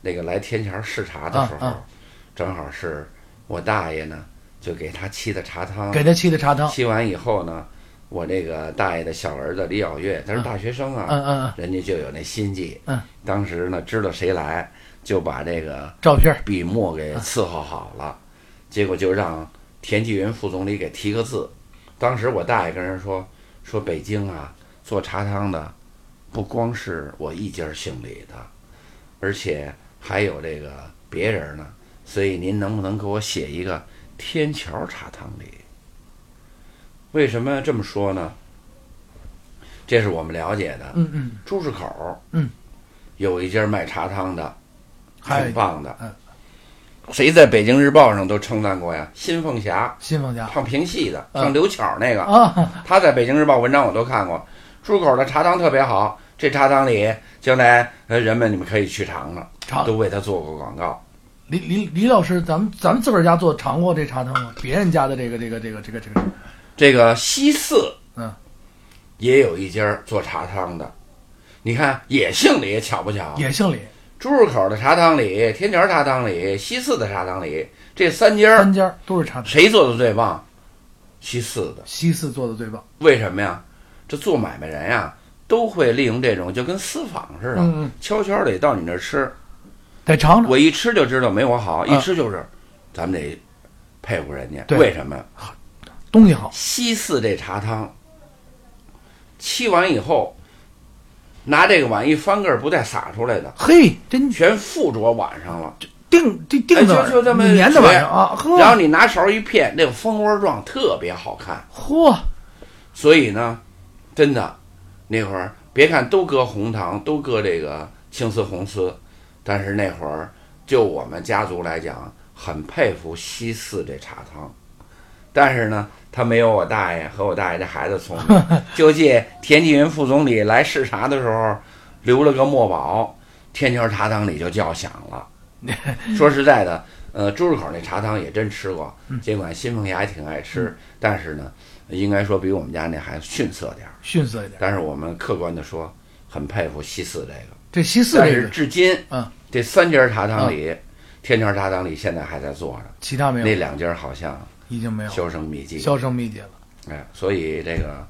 Speaker 2: 那个来天桥视察的时候，
Speaker 1: 啊啊
Speaker 2: 正好是我大爷呢，就给他沏的茶汤。
Speaker 1: 给他沏的茶汤，
Speaker 2: 沏完以后呢，我这个大爷的小儿子李小月，他是大学生啊，
Speaker 1: 嗯嗯嗯，
Speaker 2: 人家就有那心计。
Speaker 1: 嗯，
Speaker 2: 当时呢，知道谁来，就把这个
Speaker 1: 照片儿
Speaker 2: 笔墨给伺候好了，结果就让田纪云副总理给提个字。当时我大爷跟人说：“说北京啊，做茶汤的，不光是我一家姓李的，而且还有这个别人呢。所以您能不能给我写一个天桥茶汤里？”为什么这么说呢？这是我们了解的。
Speaker 1: 嗯嗯，
Speaker 2: 朱市口，
Speaker 1: 嗯，
Speaker 2: 有一家卖茶汤的，
Speaker 1: 还有
Speaker 2: 挺棒的。
Speaker 1: 嗯
Speaker 2: 谁在北京日报上都称赞过呀？新凤霞
Speaker 1: 新凤家
Speaker 2: 唱评戏的，
Speaker 1: 嗯
Speaker 2: 唱刘巧那个，
Speaker 1: 啊，
Speaker 2: 他在北京日报文章我都看过。朱市口的茶汤特别好，这茶汤里将来呃人们你们可以去尝尝，
Speaker 1: 尝
Speaker 2: 都为他做过广告。
Speaker 1: 李李李老师，咱们咱们自个儿家做尝过这茶汤吗？别人家的这个这个这个这个这个，
Speaker 2: 这个西四，
Speaker 1: 嗯，
Speaker 2: 也有一家做茶汤的，你看也姓李，巧不巧？
Speaker 1: 也姓李，
Speaker 2: 朱市口的茶汤里、天桥茶汤里、西四的茶汤里，这三家儿
Speaker 1: 三家都是茶汤，
Speaker 2: 谁做的最棒？西四的，
Speaker 1: 西四做的最棒。
Speaker 2: 为什么呀？这做买卖人呀，都会利用这种，就跟私访似的，
Speaker 1: 嗯嗯
Speaker 2: 悄悄地到你那儿吃。
Speaker 1: 得尝尝，
Speaker 2: 我一吃就知道没我好，
Speaker 1: 嗯
Speaker 2: 一吃就是，咱们得佩服人家。
Speaker 1: 对
Speaker 2: 为什么？
Speaker 1: 东西好，
Speaker 2: 西四这茶汤，沏完以后，拿这个碗一翻盖儿不带洒出来的，
Speaker 1: 嘿，真
Speaker 2: 全附着碗上了。
Speaker 1: 定这定的
Speaker 2: 哎就就这么
Speaker 1: 粘的玩意儿啊，呵，
Speaker 2: 然后你拿勺一片，那个蜂窝状特别好看。
Speaker 1: 嚯，
Speaker 2: 所以呢，真的，那会儿别看都搁红糖，都搁这个青丝红丝，但是那会儿就我们家族来讲，很佩服西四这茶汤。但是呢，他没有我大爷和我大爷这孩子聪明。就借田纪云副总理来视察的时候，留了个墨宝，天桥茶汤里就叫响了。说实在的，呃，朱市口那茶汤也真吃过，尽管新凤霞也挺爱吃，但是呢，应该说比我们家那还逊色点儿。
Speaker 1: 逊色一点。
Speaker 2: 但是我们客观的说，很佩服西四这个。
Speaker 1: 这西四
Speaker 2: 但
Speaker 1: 这
Speaker 2: 是
Speaker 1: 个
Speaker 2: 至今，
Speaker 1: 嗯，
Speaker 2: 这三家茶汤里，天桥茶汤里现在还在做着，
Speaker 1: 其他没
Speaker 2: 那
Speaker 1: 有，
Speaker 2: 两家好像
Speaker 1: 已经没有，
Speaker 2: 销声匿迹。
Speaker 1: 销声匿迹了。
Speaker 2: 哎，所以这个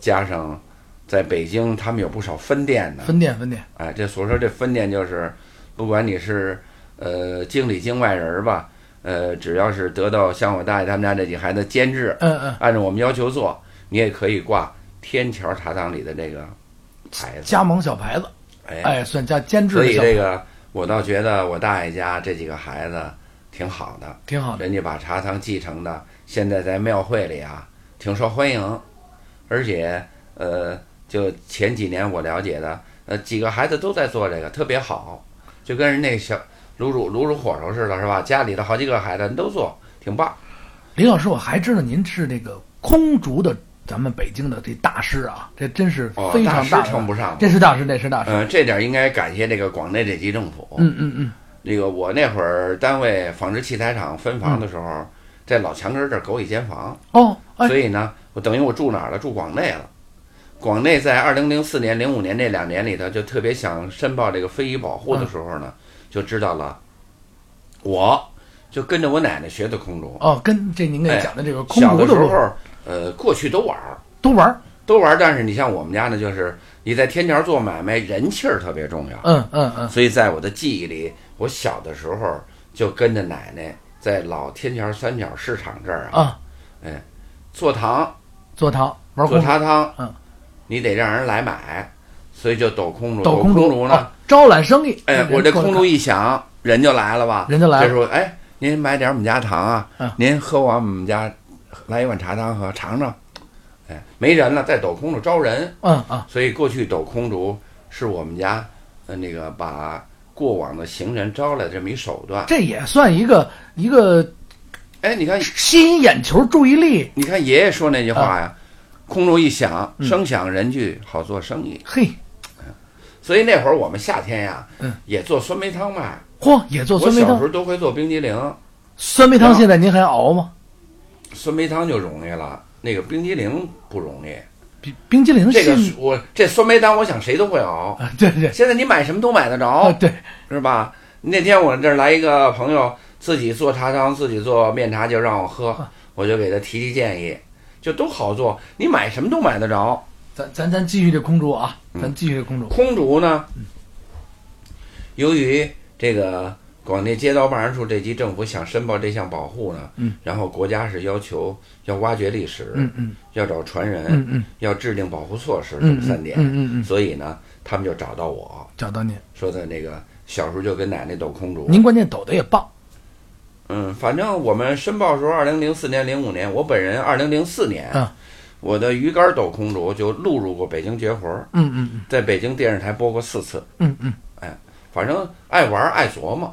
Speaker 2: 加上在北京，他们有不少分店呢。
Speaker 1: 分店分店，
Speaker 2: 哎，这所说这分店就是，不管你是呃经理经外人儿吧，呃，只要是得到像我大爷他们家这几孩子监制，
Speaker 1: 嗯嗯，
Speaker 2: 按照我们要求做，你也可以挂天桥茶汤里的这个牌子。
Speaker 1: 加盟小牌子，
Speaker 2: 哎，
Speaker 1: 哎，算加监制
Speaker 2: 所
Speaker 1: 的
Speaker 2: 以
Speaker 1: 小，
Speaker 2: 这个我倒觉得我大爷家这几个孩子挺好的，
Speaker 1: 挺好的。
Speaker 2: 人家把茶汤继承的，现在在庙会里啊挺受欢迎，而且呃，就前几年我了解的，呃，几个孩子都在做这个，特别好，就跟人那小卤煮卤煮火烧似的，是吧？家里头好几个孩子都做，挺棒。
Speaker 1: 李老师，我还知道您是这个空竹的，咱们北京的这大师啊，这真是
Speaker 2: 哦
Speaker 1: 非
Speaker 2: 大
Speaker 1: 常
Speaker 2: 师
Speaker 1: 大的，
Speaker 2: 称不上
Speaker 1: 这是大师，这是大师。
Speaker 2: 嗯、这点儿应该感谢这个广内这级政府。
Speaker 1: 嗯嗯嗯，
Speaker 2: 那个我那会儿单位纺织器材厂分房的时候，在老墙根儿这儿狗一间房，
Speaker 1: 哦，嗯哎，
Speaker 2: 所以呢，我等于我住哪儿了？住广内了。广内在二零零四年、零五年这两年里头，就特别想申报这个非遗保护
Speaker 1: 嗯
Speaker 2: 的时候呢，就知道了，我就跟着我奶奶学的空竹。
Speaker 1: 哦，跟这您给讲的这个空
Speaker 2: 哎小
Speaker 1: 竹
Speaker 2: 的时
Speaker 1: 的路
Speaker 2: 候，呃，过去都玩儿，
Speaker 1: 都玩儿，
Speaker 2: 都玩儿。但是你像我们家呢，就是你在天桥做买卖，人气儿特别重要。
Speaker 1: 嗯嗯嗯，
Speaker 2: 所以在我的记忆里，我小的时候就跟着奶奶在老天桥三角市场这儿啊，
Speaker 1: 啊，
Speaker 2: 做糖
Speaker 1: 坐堂玩
Speaker 2: 做
Speaker 1: 空竹，
Speaker 2: 茶汤，
Speaker 1: 嗯，
Speaker 2: 你得让人来买，所以就抖空竹，
Speaker 1: 抖
Speaker 2: 空
Speaker 1: 竹
Speaker 2: 呢，
Speaker 1: 哦招揽生意。
Speaker 2: 哎，
Speaker 1: 人
Speaker 2: 我这
Speaker 1: 过来看
Speaker 2: 空竹一响，人就来了吧，
Speaker 1: 人就来了
Speaker 2: 这时候哎，您买点我们家糖啊，
Speaker 1: 嗯
Speaker 2: 您喝完我们家来一碗茶汤喝尝尝，哎，没人了，再抖空竹招人，
Speaker 1: 嗯啊，
Speaker 2: 所以过去抖空竹是我们家呃那个把过往的行人招来的这么一手段。
Speaker 1: 这也算一个一个
Speaker 2: 哎，你看
Speaker 1: 吸引眼球注意力。
Speaker 2: 你看爷爷说那句话
Speaker 1: 啊
Speaker 2: 呀，空中一响，
Speaker 1: 嗯
Speaker 2: 声响人聚，好做生意。
Speaker 1: 嘿，
Speaker 2: 所以那会儿我们夏天呀，
Speaker 1: 嗯
Speaker 2: 也做酸梅汤卖。
Speaker 1: 嚯，也做
Speaker 2: 我
Speaker 1: 酸梅
Speaker 2: 小时啊
Speaker 1: 汤，
Speaker 2: 候都会做冰激凌，
Speaker 1: 酸梅汤现在您还熬吗？
Speaker 2: 酸梅汤就容易了，那个冰激凌不容易。
Speaker 1: 冰冰激凌
Speaker 2: 这个
Speaker 1: 现
Speaker 2: 我这酸梅汤，我想谁都会熬。
Speaker 1: 啊，对对
Speaker 2: 现在你买什么都买得
Speaker 1: 啊
Speaker 2: 着，
Speaker 1: 对，
Speaker 2: 是吧？那天我这儿来一个朋友，自己做茶汤，自己做面茶，就让我喝，
Speaker 1: 啊
Speaker 2: 我就给他提提建议，就都好做。你买什么都买得着。
Speaker 1: 咱咱咱继续这公主啊，
Speaker 2: 嗯
Speaker 1: 咱继续这公主，
Speaker 2: 空竹呢，由于这个广电街道办事处这级政府想申报这项保护呢，
Speaker 1: 嗯，
Speaker 2: 然后国家是要求要挖掘历史，
Speaker 1: 嗯嗯
Speaker 2: 要找传人，
Speaker 1: 嗯嗯
Speaker 2: 要制定保护措哎施，
Speaker 1: 嗯
Speaker 2: 这么
Speaker 1: 嗯
Speaker 2: 三点。
Speaker 1: 嗯嗯嗯，
Speaker 2: 所以呢，他们就找到我
Speaker 1: 找到您，
Speaker 2: 说的那个小时候就跟奶奶斗空竹。
Speaker 1: 您关键抖的也棒，
Speaker 2: 嗯，反正我们申报时候，二零零四年、零五年，我本人二零零四年，
Speaker 1: 啊
Speaker 2: 我的鱼竿斗空竹就录入过北京绝活儿，
Speaker 1: 嗯嗯
Speaker 2: 在北京电视台播过四次。
Speaker 1: 嗯嗯
Speaker 2: 反正爱玩儿爱琢磨，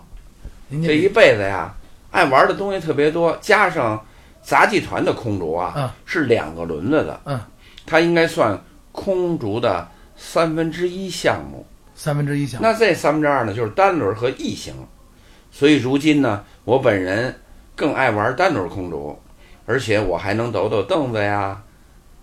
Speaker 1: 嗯，
Speaker 2: 这
Speaker 1: 您
Speaker 2: 一辈子呀，爱玩儿的东西特别多，加上杂技团的空竹啊，
Speaker 1: 啊
Speaker 2: 是两个轮子的，
Speaker 1: 嗯
Speaker 2: 它应该算空竹的三分之一项目。
Speaker 1: 三分之一响，
Speaker 2: 那这三分之二呢，就是单轮和异形。所以如今呢，我本人更爱玩单轮空竹，而且我还能抖抖凳子呀、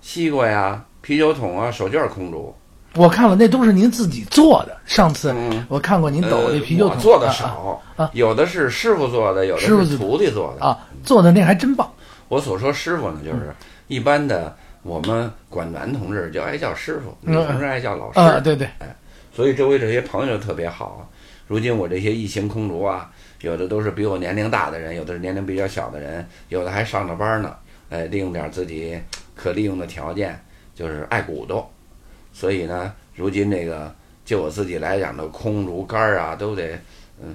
Speaker 2: 西瓜呀、啤酒桶啊、手绢空竹。
Speaker 1: 我看了，那都是您自己做的。上次
Speaker 2: 嗯
Speaker 1: 我看过您抖
Speaker 2: 呃
Speaker 1: 那啤酒
Speaker 2: 我
Speaker 1: 桶，
Speaker 2: 做的
Speaker 1: 啊
Speaker 2: 少，
Speaker 1: 啊
Speaker 2: 有的是师傅做的，有的
Speaker 1: 师傅做
Speaker 2: 是
Speaker 1: 的
Speaker 2: 徒弟做的。
Speaker 1: 啊啊，做的那还真棒。
Speaker 2: 我所说师傅呢，
Speaker 1: 嗯
Speaker 2: 就是一般的，我们管男同志就爱叫师傅，
Speaker 1: 嗯
Speaker 2: 女同志爱叫老师。
Speaker 1: 啊，对对，
Speaker 2: 所以周围这些朋友就特别好。如今我这些疫情空竹啊，有的都是比我年龄大的人，有的是年龄比较小的人，有的还上着班呢。呃，利用点自己可利用的条件，就是爱鼓捣。所以呢，如今这个就我自己来讲的空竹竿儿啊，都得嗯，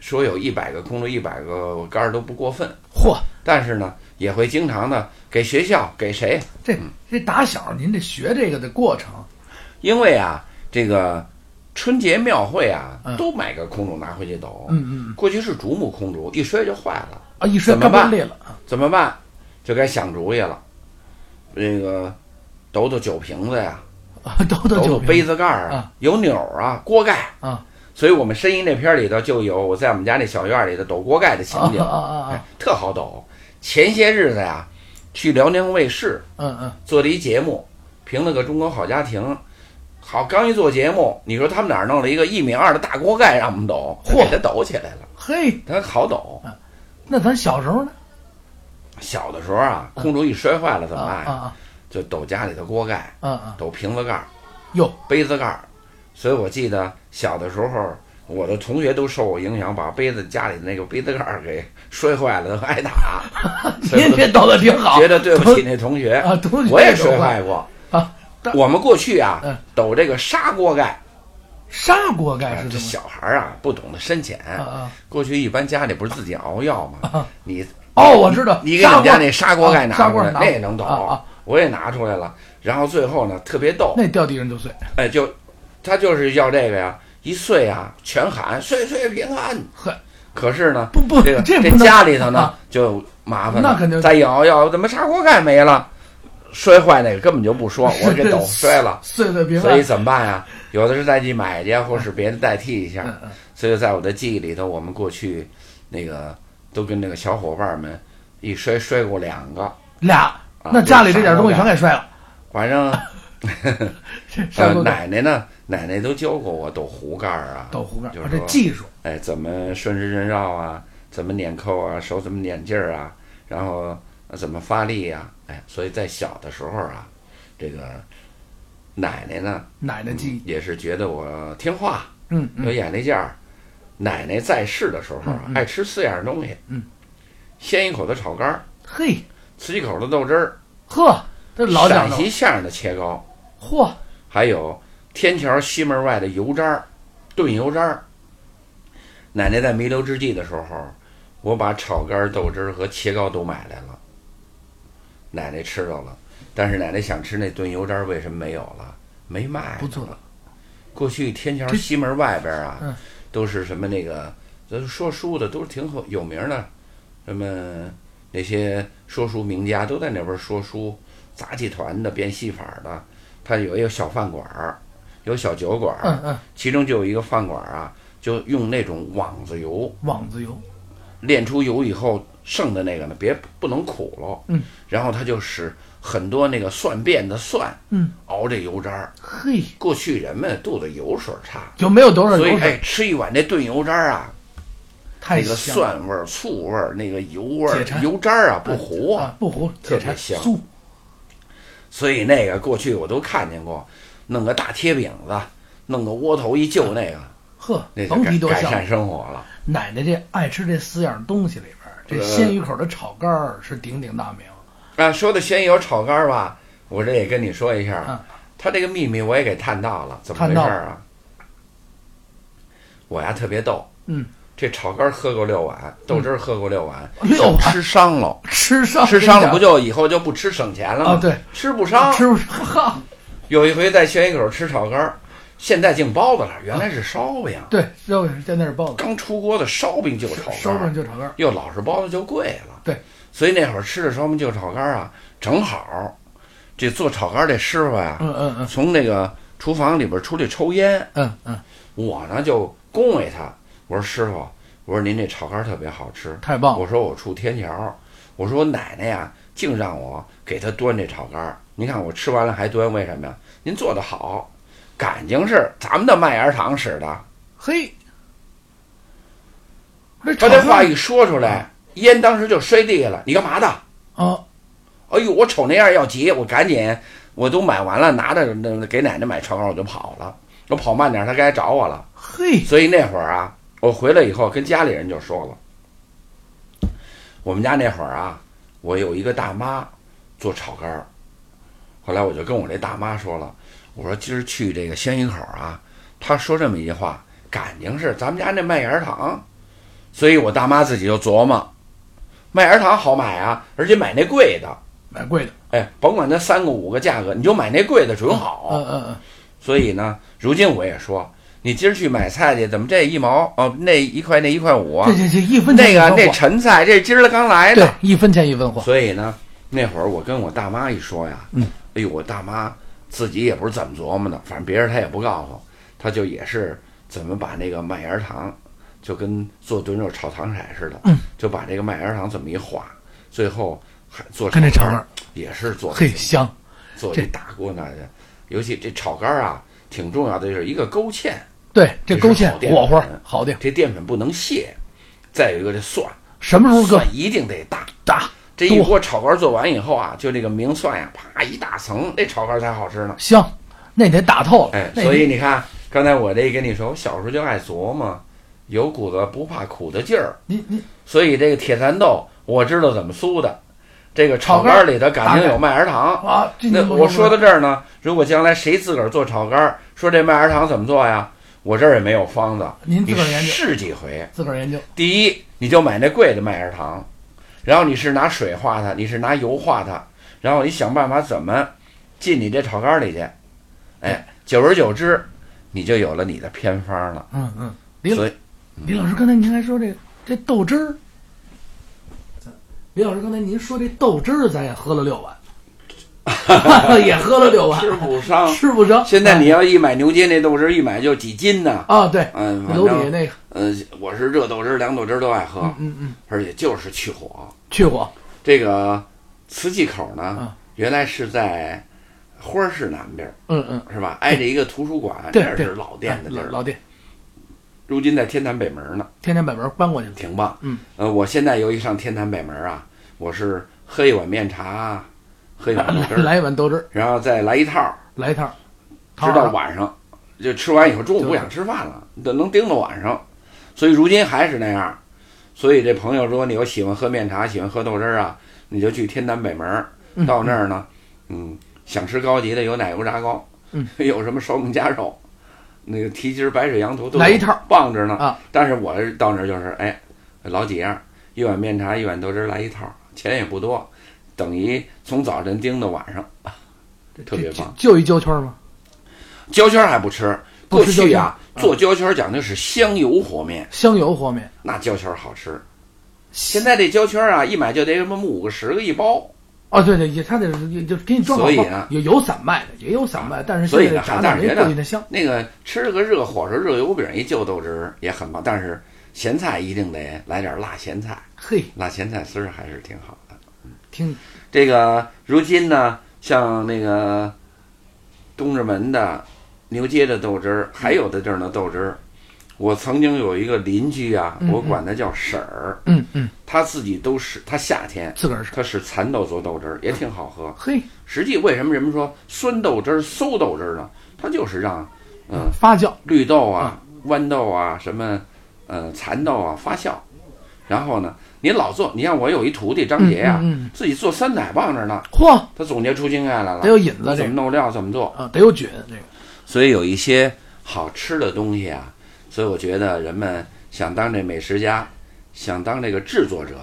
Speaker 2: 说有一百个空竹一百个杆儿都不过分。
Speaker 1: 嚯，
Speaker 2: 但是呢，也会经常的给学校给谁，
Speaker 1: 这这打小您这学这个的过程，
Speaker 2: 哦因为啊，这个春节庙会啊
Speaker 1: 嗯，
Speaker 2: 都买个空竹拿回去抖。
Speaker 1: 嗯嗯
Speaker 2: 过去是竹木空竹，一摔就坏了，
Speaker 1: 啊，一摔
Speaker 2: 怎么
Speaker 1: 胳
Speaker 2: 办
Speaker 1: 膊裂了啊，
Speaker 2: 怎么办？就该想主意了。那个抖抖酒瓶子呀，
Speaker 1: 啊抖
Speaker 2: 抖
Speaker 1: 抖酒
Speaker 2: 抖
Speaker 1: 瓶
Speaker 2: 杯子盖儿
Speaker 1: 啊，
Speaker 2: 有钮儿啊，锅盖。
Speaker 1: 啊
Speaker 2: 所以我们申音这片儿里头就有我在我们家那小院儿里头抖锅盖的情
Speaker 1: 啊
Speaker 2: 景，
Speaker 1: 啊啊
Speaker 2: 哎
Speaker 1: 啊，
Speaker 2: 特好抖。前些日子呀，去辽宁卫视
Speaker 1: 嗯嗯，
Speaker 2: 做了一节目，评了个《中国好家庭》。好，刚一做节目，你说他们哪儿弄了一个一米二的大锅盖让我们抖，
Speaker 1: 嚯
Speaker 2: 给它抖起来了，
Speaker 1: 嘿，
Speaker 2: 它好抖。
Speaker 1: 那咱小时候呢？
Speaker 2: 小的时候啊，空竹一摔坏了怎
Speaker 1: 啊
Speaker 2: 么办
Speaker 1: 啊
Speaker 2: 呀？
Speaker 1: 啊
Speaker 2: 就抖家里的锅盖、
Speaker 1: 啊啊，
Speaker 2: 抖瓶子盖儿、
Speaker 1: 哟，。
Speaker 2: 杯子盖儿。所以我记得小的时候，我的同学都受我影响，把杯子家里的那个杯子盖儿给摔坏了， 都挨打
Speaker 1: 啊您这抖的挺好
Speaker 2: 觉得对不起那同学
Speaker 1: 啊，都
Speaker 2: 哎我也摔坏过。
Speaker 1: 啊，但
Speaker 2: 我们过去啊
Speaker 1: 嗯，
Speaker 2: 抖这个砂锅盖，
Speaker 1: 砂锅盖
Speaker 2: 哎
Speaker 1: 是
Speaker 2: 这
Speaker 1: 怎么？
Speaker 2: 小孩儿啊不懂得深浅。
Speaker 1: 啊啊，
Speaker 2: 过去一般家里不是自己熬药吗
Speaker 1: 啊？
Speaker 2: 你
Speaker 1: 哦，我知道，
Speaker 2: 你给你
Speaker 1: 砂
Speaker 2: 们家
Speaker 1: 锅
Speaker 2: 那砂锅盖
Speaker 1: 啊
Speaker 2: 拿
Speaker 1: 砂
Speaker 2: 出
Speaker 1: 锅
Speaker 2: 来，
Speaker 1: 拿
Speaker 2: 那也能抖
Speaker 1: 啊啊，
Speaker 2: 我也拿出来了。然后最后呢，特别逗，
Speaker 1: 那掉地上就碎，
Speaker 2: 哎，就他就是要这个呀，一碎啊，全喊岁岁平安。
Speaker 1: 呵，
Speaker 2: 可是呢，
Speaker 1: 不不，
Speaker 2: 这个
Speaker 1: 这不能
Speaker 2: 家里头呢、
Speaker 1: 啊
Speaker 2: 就麻烦了，
Speaker 1: 那肯定
Speaker 2: 再一熬药，怎么砂锅盖没了？摔坏那个根本就不说，我 给抖摔了，
Speaker 1: 碎碎平
Speaker 2: 所以
Speaker 1: 安。
Speaker 2: 怎么办呀？有的是再去买去，或是别的代替一下。
Speaker 1: 嗯嗯
Speaker 2: 所以在我的记忆里头，我们过去那个都跟那个小伙伴们一摔摔过两个，
Speaker 1: 俩，
Speaker 2: 啊
Speaker 1: 那家里这点东西全
Speaker 2: 砂锅盖
Speaker 1: 给摔了。
Speaker 2: 反正
Speaker 1: 这砂
Speaker 2: 呃
Speaker 1: 锅盖、
Speaker 2: 奶奶呢，奶奶都教过我抖壶盖儿啊，
Speaker 1: 豆壶盖，
Speaker 2: 就
Speaker 1: 啊
Speaker 2: 是
Speaker 1: 这
Speaker 2: 说
Speaker 1: 技术
Speaker 2: 哎，怎么顺时针绕啊，怎么捻扣啊，手怎么捻劲儿啊，然后呃怎么发力呀、哎，所以在小的时候啊，这个奶奶呢嗯
Speaker 1: 奶奶技艺，
Speaker 2: 也是觉得我听话，
Speaker 1: 嗯
Speaker 2: 有
Speaker 1: 嗯
Speaker 2: 眼力见儿。奶奶在世的时候啊，
Speaker 1: 嗯嗯
Speaker 2: 爱吃四样东西，
Speaker 1: 嗯，
Speaker 2: 鲜一口的炒肝儿，
Speaker 1: 嘿
Speaker 2: 吃一口的豆汁儿，
Speaker 1: 呵，这老讲
Speaker 2: 陕
Speaker 1: 究
Speaker 2: 西，相声的切糕，
Speaker 1: 嚯，
Speaker 2: 还有天桥西门外的油渣儿，炖油渣儿。奶奶在弥留之际的时候，我把炒肝儿、豆汁儿和切糕都买来了，奶奶吃到了，但是奶奶想吃那炖油渣儿，为什么没有了？没卖，
Speaker 1: 不做
Speaker 2: 了。过去天桥西门外边啊，
Speaker 1: 嗯
Speaker 2: 都是什么那个，咱说书的都是挺有有名的，什么那些说书名家都在那边说书，杂技团的、变戏法的，他有一个小饭馆儿，有小酒馆儿，
Speaker 1: 嗯嗯，
Speaker 2: 其中就有一个饭馆儿啊，就用那种网子油，
Speaker 1: 网子油，
Speaker 2: 炼出油以后剩的那个呢，别不能苦了。
Speaker 1: 嗯，
Speaker 2: 然后他就使很多那个蒜变的蒜，
Speaker 1: 嗯，
Speaker 2: 熬这油渣儿。
Speaker 1: 嘿，
Speaker 2: 过去人们肚子油水差，
Speaker 1: 就没有多少
Speaker 2: 所以
Speaker 1: 油
Speaker 2: 哎
Speaker 1: 水，，
Speaker 2: 吃一碗这炖油渣儿啊，
Speaker 1: 太
Speaker 2: 那个
Speaker 1: 香啊
Speaker 2: 蒜味儿、醋味儿、那个油味儿
Speaker 1: 解、馋
Speaker 2: 油渣儿啊，不糊啊。
Speaker 1: 啊，不糊，解
Speaker 2: 特别
Speaker 1: 馋
Speaker 2: 香
Speaker 1: 酥，
Speaker 2: 所以那个过去我都看见过，弄个大贴饼子，弄个窝头一就那个，
Speaker 1: 呵
Speaker 2: 那，就
Speaker 1: 甭提多
Speaker 2: 改改
Speaker 1: 香。
Speaker 2: 善生活了。
Speaker 1: 奶奶这爱吃这四样东西里边儿，这
Speaker 2: 呃
Speaker 1: 鲜鱼口的炒肝儿是鼎鼎大名。
Speaker 2: 啊，说的鲜油炒肝儿吧，我这也跟你说一下
Speaker 1: 嗯
Speaker 2: 啊，他这个秘密我也给探到了，怎么回
Speaker 1: 探
Speaker 2: 事
Speaker 1: 到
Speaker 2: 儿啊？我呀特别逗，
Speaker 1: 嗯，
Speaker 2: 这炒肝儿喝过六碗，豆汁儿喝过六碗，
Speaker 1: 六
Speaker 2: 都
Speaker 1: 碗
Speaker 2: 吃伤了，
Speaker 1: 吃伤
Speaker 2: 吃伤了不
Speaker 1: 就
Speaker 2: 就以后就不吃省钱了吗？
Speaker 1: 啊对，
Speaker 2: 吃不伤。
Speaker 1: 吃不哈，
Speaker 2: 有一回在鲜鱼口吃炒肝儿，现在净包子了，原来是烧饼，
Speaker 1: 对，肉也是在那儿包子，
Speaker 2: 刚出锅的烧饼就炒肝
Speaker 1: 烧
Speaker 2: 儿
Speaker 1: 饼，就炒肝儿，
Speaker 2: 又老是包子就贵了。
Speaker 1: 对，
Speaker 2: 所以那会儿吃的烧饼就炒肝儿啊，正好这做炒肝儿这师傅呀、
Speaker 1: 嗯嗯嗯
Speaker 2: 从那个厨房里边出去抽烟，
Speaker 1: 嗯嗯，
Speaker 2: 我呢就恭维他，我说师傅，我说您这炒肝儿特别好吃，
Speaker 1: 太棒了，
Speaker 2: 我说我住天桥，我说我奶奶呀，净让我给她端这炒肝儿。您看我吃完了还端，为什么呀？您做的好，感情是咱们的麦芽糖使的。
Speaker 1: 嘿，这炒
Speaker 2: 他这
Speaker 1: 肝
Speaker 2: 话
Speaker 1: 儿
Speaker 2: 一说出来，烟当时就摔地下了。你干嘛的？
Speaker 1: 啊，
Speaker 2: 哎呦，我瞅那样要急，我赶紧，我都买完了，拿着那给奶奶买炒肝，我就跑了。我跑慢点，她该找我了。
Speaker 1: 嘿，
Speaker 2: 所以那会儿啊，我回来以后跟家里人就说了，我们家那会儿啊，我有一个大妈做炒肝儿，后来我就跟我这大妈说了，我说今儿去这个鲜鱼口啊，她说这么一句话，感情是咱们家那麦芽糖，所以我大妈自己就琢磨，麦芽糖好买啊，而且买那贵的，
Speaker 1: 买贵的，
Speaker 2: 哎，甭管它三个五个价格，你就买那贵的准好。
Speaker 1: 嗯嗯嗯，
Speaker 2: 所以呢，如今我也说，你今儿去买菜去，怎么这一毛哦，那一块那一块五啊
Speaker 1: 这，这这一分钱
Speaker 2: 那
Speaker 1: 一
Speaker 2: 个
Speaker 1: 分
Speaker 2: 那
Speaker 1: 货
Speaker 2: 陈菜，这今儿刚来的
Speaker 1: 对。一分钱一分货，
Speaker 2: 所以呢，那会儿我跟我大妈一说呀，嗯，哎呦，我大妈自己也不是怎么琢磨的，反正别人她也不告诉，她就也是怎么把那个麦芽糖，就跟做炖肉炒糖色似的，
Speaker 1: 嗯，
Speaker 2: 就把这个麦芽糖这么一化，最后还做
Speaker 1: 跟这
Speaker 2: 炒
Speaker 1: 炒
Speaker 2: 肝
Speaker 1: 肝
Speaker 2: 儿
Speaker 1: 儿
Speaker 2: 也是做
Speaker 1: 嘿香，
Speaker 2: 做
Speaker 1: 这
Speaker 2: 这大锅那的，尤其这炒肝儿啊，挺重要的就是一个勾芡，
Speaker 1: 对，这勾芡
Speaker 2: 这是嗯
Speaker 1: 火
Speaker 2: 好淀
Speaker 1: 候
Speaker 2: 粉
Speaker 1: 好定，
Speaker 2: 这淀粉不能卸，再有一个这蒜，
Speaker 1: 什么时候
Speaker 2: 蒜
Speaker 1: 搁
Speaker 2: 一定得大。
Speaker 1: 大
Speaker 2: 这一
Speaker 1: 多
Speaker 2: 锅炒肝做完以后啊，就那个明蒜呀，啪一大层，那炒肝才好吃呢。
Speaker 1: 香，那得打透了，
Speaker 2: 哎，
Speaker 1: 那
Speaker 2: 所以你看，刚才我这跟你说，我小时候就爱琢磨，有股子不怕苦的劲儿。
Speaker 1: 你你
Speaker 2: 所以这个铁蚕豆，我知道怎么酥的。这个炒
Speaker 1: 炒
Speaker 2: 肝里头感情有麦芽糖。
Speaker 1: 啊，这你
Speaker 2: 那
Speaker 1: 不
Speaker 2: 我说到这儿呢，如果将来谁自个儿做炒肝，说这麦芽糖怎么做呀？我这儿也没有方子，
Speaker 1: 您嗯
Speaker 2: 你
Speaker 1: 自个儿研究
Speaker 2: 试几回。
Speaker 1: 自个儿研究，
Speaker 2: 第一，你就买那贵的麦芽糖，然后你是拿水化它，你是拿油化它，然后你想办法怎么进你这炒肝里去。哎，久而久之，你就有了你的偏方了。
Speaker 1: 嗯嗯，李老
Speaker 2: 所以，
Speaker 1: 李老师刚才您还说这这豆汁儿，李老师刚才您说这豆汁儿，咱也喝了六 碗，也喝了六 碗，
Speaker 2: 不伤
Speaker 1: 吃不着。
Speaker 2: 现在你要一买牛街那豆汁儿，一买就几斤呢。
Speaker 1: 啊，对，
Speaker 2: 嗯，反
Speaker 1: 楼底
Speaker 2: 正
Speaker 1: 那个，
Speaker 2: 嗯，我是热豆汁儿、凉豆汁儿都爱喝
Speaker 1: 嗯，嗯嗯，
Speaker 2: 而且就是去火。
Speaker 1: 去火
Speaker 2: 这个瓷器口呢
Speaker 1: 嗯，
Speaker 2: 原来是在花儿市南边儿，
Speaker 1: 嗯嗯，
Speaker 2: 是吧？挨着一个图书馆，
Speaker 1: 对
Speaker 2: 那
Speaker 1: 对
Speaker 2: 是老店的地
Speaker 1: 老
Speaker 2: 儿。
Speaker 1: 老店，
Speaker 2: 如今在天坛北门呢，
Speaker 1: 天天把门搬过去了，
Speaker 2: 挺棒。
Speaker 1: 嗯，
Speaker 2: 呃，我现在由于上天坛北门啊，我是喝一碗面茶，喝一碗豆汁 儿，
Speaker 1: 来一碗豆汁儿，
Speaker 2: 然后再来一套儿，
Speaker 1: 来一趟，
Speaker 2: 直到晚上，就吃完以后中午不想吃饭了，得能盯到晚上，所以如今还是那样。所以这朋友，如果你有喜欢喝面茶、喜欢喝豆汁儿啊，你就去天坛北门儿，
Speaker 1: 嗯
Speaker 2: 到那儿呢，嗯，想吃高级的有奶油炸糕，
Speaker 1: 嗯，
Speaker 2: 有什么烧饼夹肉，那个蹄筋儿、白水羊头
Speaker 1: 嗯
Speaker 2: 都
Speaker 1: 来一套儿
Speaker 2: 棒着呢
Speaker 1: 啊！
Speaker 2: 但是我到那儿就是哎，老几样儿，一碗面茶，一碗豆汁儿来一套儿，钱也不多，等于从早晨盯到晚上。特别棒
Speaker 1: 就就一胶圈吗？
Speaker 2: 焦圈儿还不吃，
Speaker 1: 不
Speaker 2: 过
Speaker 1: 吃
Speaker 2: 去
Speaker 1: 焦圈
Speaker 2: 啊
Speaker 1: 儿，
Speaker 2: 做焦圈儿讲究是香油和面，
Speaker 1: 香油和面，
Speaker 2: 那焦圈儿好吃。现在这焦圈儿啊，一买就得什么五个、十个一包，
Speaker 1: 哦，对对，也他得也就给你装好
Speaker 2: 所以
Speaker 1: 包
Speaker 2: 啊，
Speaker 1: 有有散卖的，也有散卖，但是
Speaker 2: 所以
Speaker 1: 现
Speaker 2: 呢，
Speaker 1: 在炸
Speaker 2: 但
Speaker 1: 的
Speaker 2: 是
Speaker 1: 没
Speaker 2: 觉
Speaker 1: 过去那
Speaker 2: 得
Speaker 1: 香，
Speaker 2: 那个吃个热火烧、热油饼一就豆汁儿也很棒，但是咸菜一定得来点辣咸菜，
Speaker 1: 嘿，
Speaker 2: 辣咸菜丝儿还是挺好的。
Speaker 1: 听
Speaker 2: 这个如今呢，像那个东直门的牛街的豆汁儿，还有的地儿呢豆汁儿。我曾经有一个邻居啊，我管他叫婶儿，
Speaker 1: 嗯嗯，
Speaker 2: 他自己都是他夏天
Speaker 1: 自个儿是
Speaker 2: 他使蚕豆做豆汁儿，也挺好喝。
Speaker 1: 嘿，
Speaker 2: 实际为什么人们说酸豆汁儿、馊豆汁儿呢？它就是让嗯
Speaker 1: 发酵，
Speaker 2: 绿豆啊、
Speaker 1: 嗯
Speaker 2: 豌豆啊、什么呃蚕豆啊发酵，然后呢，你老做，你像我有一徒弟张杰呀、
Speaker 1: 嗯嗯
Speaker 2: 自己做酸奶棒着呢，
Speaker 1: 嚯，
Speaker 2: 他总结出经验来
Speaker 1: 得哎有
Speaker 2: 了，
Speaker 1: 引子这
Speaker 2: 怎么
Speaker 1: 个
Speaker 2: 弄料，怎么做，
Speaker 1: 啊，得有菌这个，
Speaker 2: 所以有一些好吃的东西啊，所以我觉得人们想当这美食家，想当这个制作者，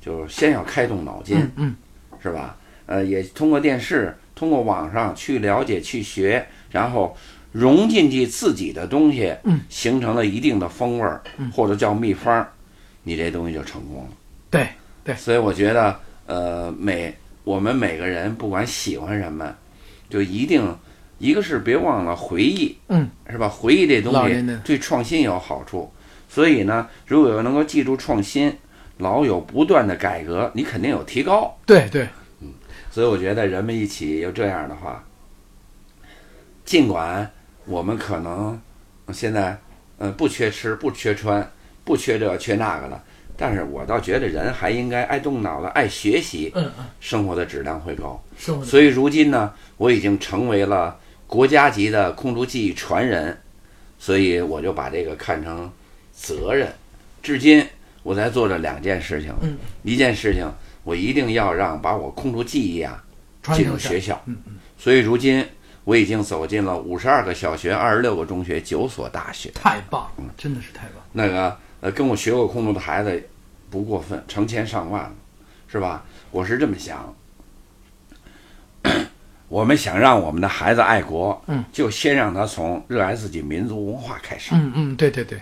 Speaker 2: 就是先要开动脑筋，
Speaker 1: 嗯嗯，
Speaker 2: 是吧？呃，也通过电视，通过网上去了解、去学，然后融进去自己的东西，
Speaker 1: 嗯，
Speaker 2: 形成了一定的风味儿，或者叫秘方儿，你这东西就成功了。
Speaker 1: 对，
Speaker 2: 所以我觉得，呃，每我们每个人不管喜欢什么，就一定一个是别忘了回忆，
Speaker 1: 嗯，
Speaker 2: 是吧？回忆这东
Speaker 1: 老年
Speaker 2: 西
Speaker 1: 人
Speaker 2: 对创新有好处。所以呢，如果能够记住创新，老有不断的改革，你肯定有提高。
Speaker 1: 对对，
Speaker 2: 所以我觉得人们一起又这样的话，尽管我们可能现在呃不缺吃不缺穿不缺这个缺那个了，但是我倒觉得人还应该爱动脑子爱学习，
Speaker 1: 嗯嗯，
Speaker 2: 生活的质量会高。
Speaker 1: 生活
Speaker 2: 所以如今呢，我已经成为了国家级的空竹技艺传人，所以我就把这个看成责任。至今我在做着两件事情，
Speaker 1: 嗯
Speaker 2: 一件事情我一定要让把我空竹技艺啊
Speaker 1: 传
Speaker 2: 进
Speaker 1: 承
Speaker 2: 入
Speaker 1: 下
Speaker 2: 学校，
Speaker 1: 嗯嗯，
Speaker 2: 所以如今我已经走进了五十二个小学、二十六个中学、九所大学。
Speaker 1: 太棒了，真的是太棒，
Speaker 2: 那个呃，跟我学过空竹的孩子不过分，成千上万了，是吧？我是这么想， 我们想让我们的孩子爱国，
Speaker 1: 嗯，
Speaker 2: 就先让他从热爱自己民族文化开始。
Speaker 1: 嗯嗯，对对对，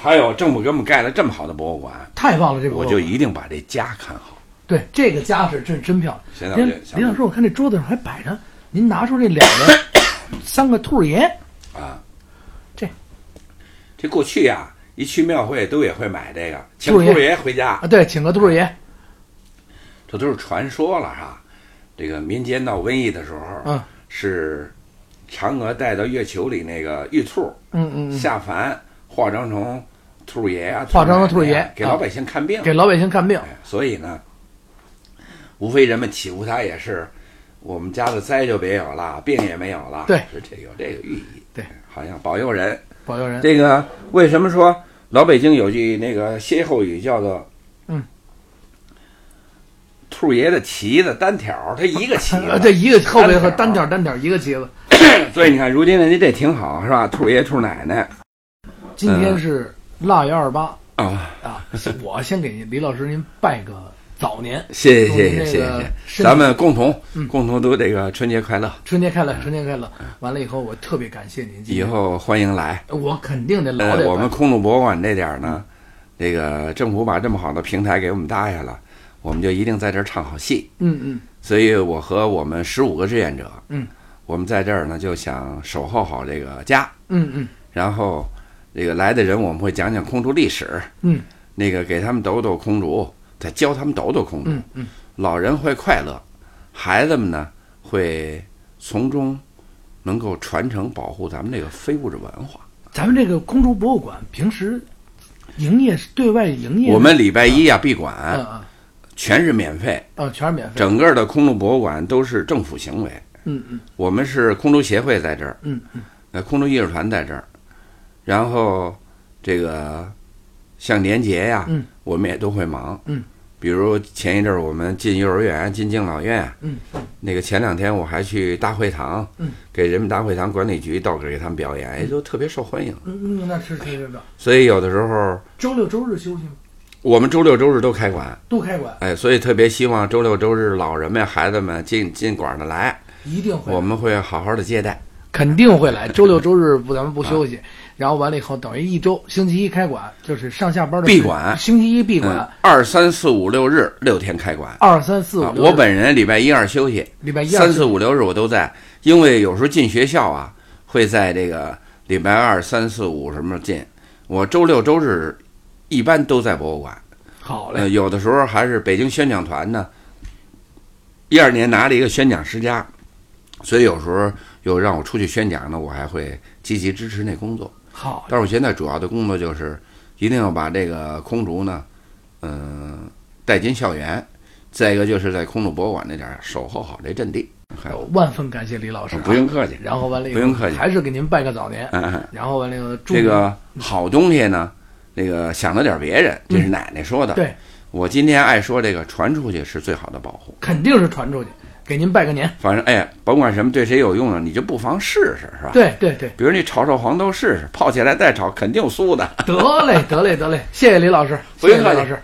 Speaker 2: 还有政府给我们盖了这么好的博物馆，
Speaker 1: 太棒了，这个
Speaker 2: 我就一定把这家看好。
Speaker 1: 对这个家是真真漂亮。
Speaker 2: 现在我
Speaker 1: 您
Speaker 2: 就想
Speaker 1: 李老师，我看这桌子上还摆着，您拿出这两个 三个兔儿爷，
Speaker 2: 啊，
Speaker 1: 这
Speaker 2: 这过去呀、一去庙会都也会买这个，请
Speaker 1: 兔
Speaker 2: 兔
Speaker 1: 儿爷
Speaker 2: 儿爷回家
Speaker 1: 啊，，对，请个兔儿爷，
Speaker 2: 这都是传说了哈。这个民间闹瘟疫的时候，
Speaker 1: 嗯
Speaker 2: 是嫦娥带到月球里那个玉兔
Speaker 1: 嗯嗯嗯，
Speaker 2: 下凡化妆成兔儿爷啊，
Speaker 1: 化妆成
Speaker 2: 兔儿奶奶啊
Speaker 1: 兔儿爷
Speaker 2: 给老百姓看病。
Speaker 1: 给老百姓看病，
Speaker 2: 哎所以呢，无非人们祈福他也是，我们家的灾就别有了，病也没有了。
Speaker 1: 对
Speaker 2: 是这有这个寓意。
Speaker 1: 对，
Speaker 2: 好像保佑人。
Speaker 1: 保佑人，
Speaker 2: 这个为什么说老北京有句那个歇后语叫做“
Speaker 1: 嗯，
Speaker 2: 兔爷的旗子单挑儿，他一个旗
Speaker 1: 呃，
Speaker 2: 子，
Speaker 1: 这一个后边和单
Speaker 2: 单
Speaker 1: 挑
Speaker 2: 啊挑
Speaker 1: 单挑一个旗子。
Speaker 2: 所以你看，如今人家这挺好，是吧？兔爷兔奶奶
Speaker 1: 今天是腊月二十八
Speaker 2: 啊，
Speaker 1: 啊， 我先给李老师您拜个早年，
Speaker 2: 谢谢
Speaker 1: 祝您那
Speaker 2: 谢谢谢谢
Speaker 1: 个
Speaker 2: 谢，
Speaker 1: 身体嗯
Speaker 2: 咱们共同共同都这个春节快乐，
Speaker 1: 春节快乐，春节快乐。完了以后，我特别感谢您，今
Speaker 2: 嗯以
Speaker 1: 天
Speaker 2: 后欢迎来。
Speaker 1: 我肯定得嗯老
Speaker 2: 呃
Speaker 1: 得，拜
Speaker 2: 我们空中博物馆这点儿呢，这个政府把这么好的平台给我们搭下了，我们就一定在这儿唱好戏。
Speaker 1: 嗯嗯，
Speaker 2: 所以我和我们十五个志愿者，
Speaker 1: 嗯，
Speaker 2: 我们在这儿呢就想守候好这个家，
Speaker 1: 嗯嗯
Speaker 2: 然后这个来的人我们会讲讲空竹历史，
Speaker 1: 嗯，
Speaker 2: 那个给他们抖抖空竹，再教他们抖抖空竹，
Speaker 1: 嗯嗯，
Speaker 2: 老人会快乐，孩子们呢会从中能够传承保护咱们这个非物质文化。
Speaker 1: 咱们这个空竹博物馆平时营业是对外营业的，
Speaker 2: 我们礼拜一啊闭
Speaker 1: 嗯
Speaker 2: 馆，
Speaker 1: 嗯
Speaker 2: 全是免费，
Speaker 1: 嗯，全是免费，
Speaker 2: 整个的空竹博物馆都是政府行为，
Speaker 1: 嗯嗯
Speaker 2: 我们是空竹协会在这儿。
Speaker 1: 嗯嗯，
Speaker 2: 呃，空中艺术团在这儿，然后这个像年节呀，
Speaker 1: 嗯
Speaker 2: 我们也都会忙，
Speaker 1: 嗯，
Speaker 2: 比如前一阵儿我们进幼儿园、进敬老院，
Speaker 1: 嗯，
Speaker 2: 那个前两天我还去大会堂，
Speaker 1: 嗯，
Speaker 2: 给人民大会堂管理局到这儿给他们表演，也哎都特别受欢迎。
Speaker 1: 嗯嗯，那是是是的，
Speaker 2: 所以有的时候
Speaker 1: 周六周日休息吗？
Speaker 2: 我们周六周日都开馆，
Speaker 1: 都开馆，
Speaker 2: 哎，所以特别希望周六周日老人们、孩子们尽尽管的来，
Speaker 1: 一定会
Speaker 2: 我们会好好的接待。
Speaker 1: 肯定会来。周六周日不咱们不休息，然后完了以后等于一周，星期一开馆，就是上下班的
Speaker 2: 闭
Speaker 4: 啊
Speaker 2: 馆
Speaker 1: 星期一闭馆，
Speaker 2: 嗯，二三四五六日六天开馆。
Speaker 1: 二三四五
Speaker 2: 啊，
Speaker 1: 六日，
Speaker 2: 我本人礼拜一二休息，
Speaker 1: 礼拜一
Speaker 2: 三四
Speaker 1: 五
Speaker 2: 五六日我都在，因为有时候进学校啊，会在这个礼拜二、三四五什么时候进，我周六周日一般都在博物馆，
Speaker 4: 好嘞，
Speaker 2: 呃，有的时候还是北京宣讲团呢。一二年拿了一个宣讲十佳，所以有时候有让我出去宣讲呢，我还会积极支持那工作。
Speaker 4: 好嘞，
Speaker 2: 但是我现在主要的工作就是，一定要把这个空竹呢，嗯、带进校园。再一个就是在空竹博物馆那点儿守候好这阵地。还有
Speaker 4: 万分感谢李老师、啊，
Speaker 2: 嗯不用。客气，
Speaker 4: 然后完了以后，
Speaker 2: 不用客气
Speaker 4: 还嗯是给您拜个早年。
Speaker 2: 嗯嗯，
Speaker 4: 然后完了以后，祝
Speaker 2: 这个好东西呢，那个想着点别人，这是奶奶说的。
Speaker 4: 嗯对，
Speaker 2: 我今天爱说这个传出去是最好的保护。
Speaker 4: 肯定是传出去，给您拜个年。
Speaker 2: 反正哎，甭管什么对谁有用的，你就不妨试试，是吧？，
Speaker 4: 对对对，
Speaker 2: 比如你炒炒黄豆试试，泡起来再炒肯定酥 的。
Speaker 4: 得嘞得嘞得嘞，谢谢李老师，
Speaker 2: 不
Speaker 4: 谢谢
Speaker 2: 用
Speaker 4: 李
Speaker 2: 客气
Speaker 4: 老师。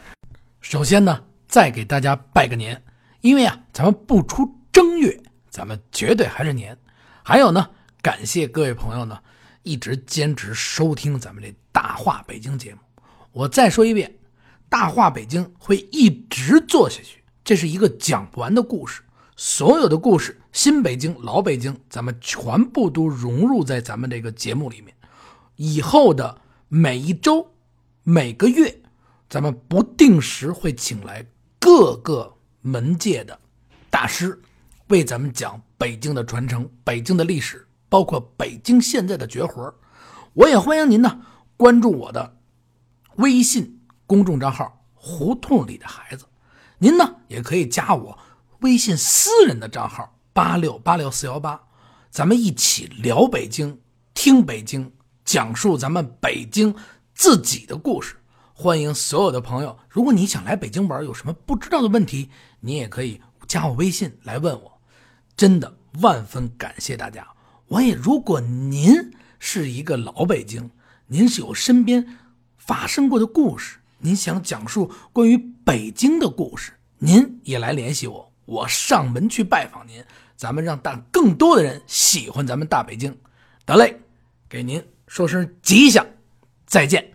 Speaker 1: 首先呢，再给大家拜个年，因为啊，咱们不出正月，咱们绝对还是年。还有呢，感谢各位朋友呢，一直坚持收听咱们这《大话北京》节目。我再说一遍，《大话北京》会一直做下去，这是一个讲不完的故事。所有的故事，新北京、老北京，咱们全部都融入在咱们这个节目里面。以后的每一周、每个月，咱们不定时会请来各个门界的大师，为咱们讲北京的传承、北京的历史，包括北京现在的绝活儿我也欢迎您呢关注我的微信公众账号“胡同里的孩子”，您呢也可以加我微信私人的账号八六八六四幺八，咱们一起聊北京，听北京，讲述咱们北京自己的故事。欢迎所有的朋友，如果你想来北京玩，有什么不知道的问题，你也可以加我微信来问我。真的万分感谢大家。我也，如果您是一个老北京，您是有身边发生过的故事，您想讲述关于北京的故事，您也来联系我，我上门去拜访您，咱们让大更多的人喜欢咱们大北京。得嘞，给您说声吉祥，再见。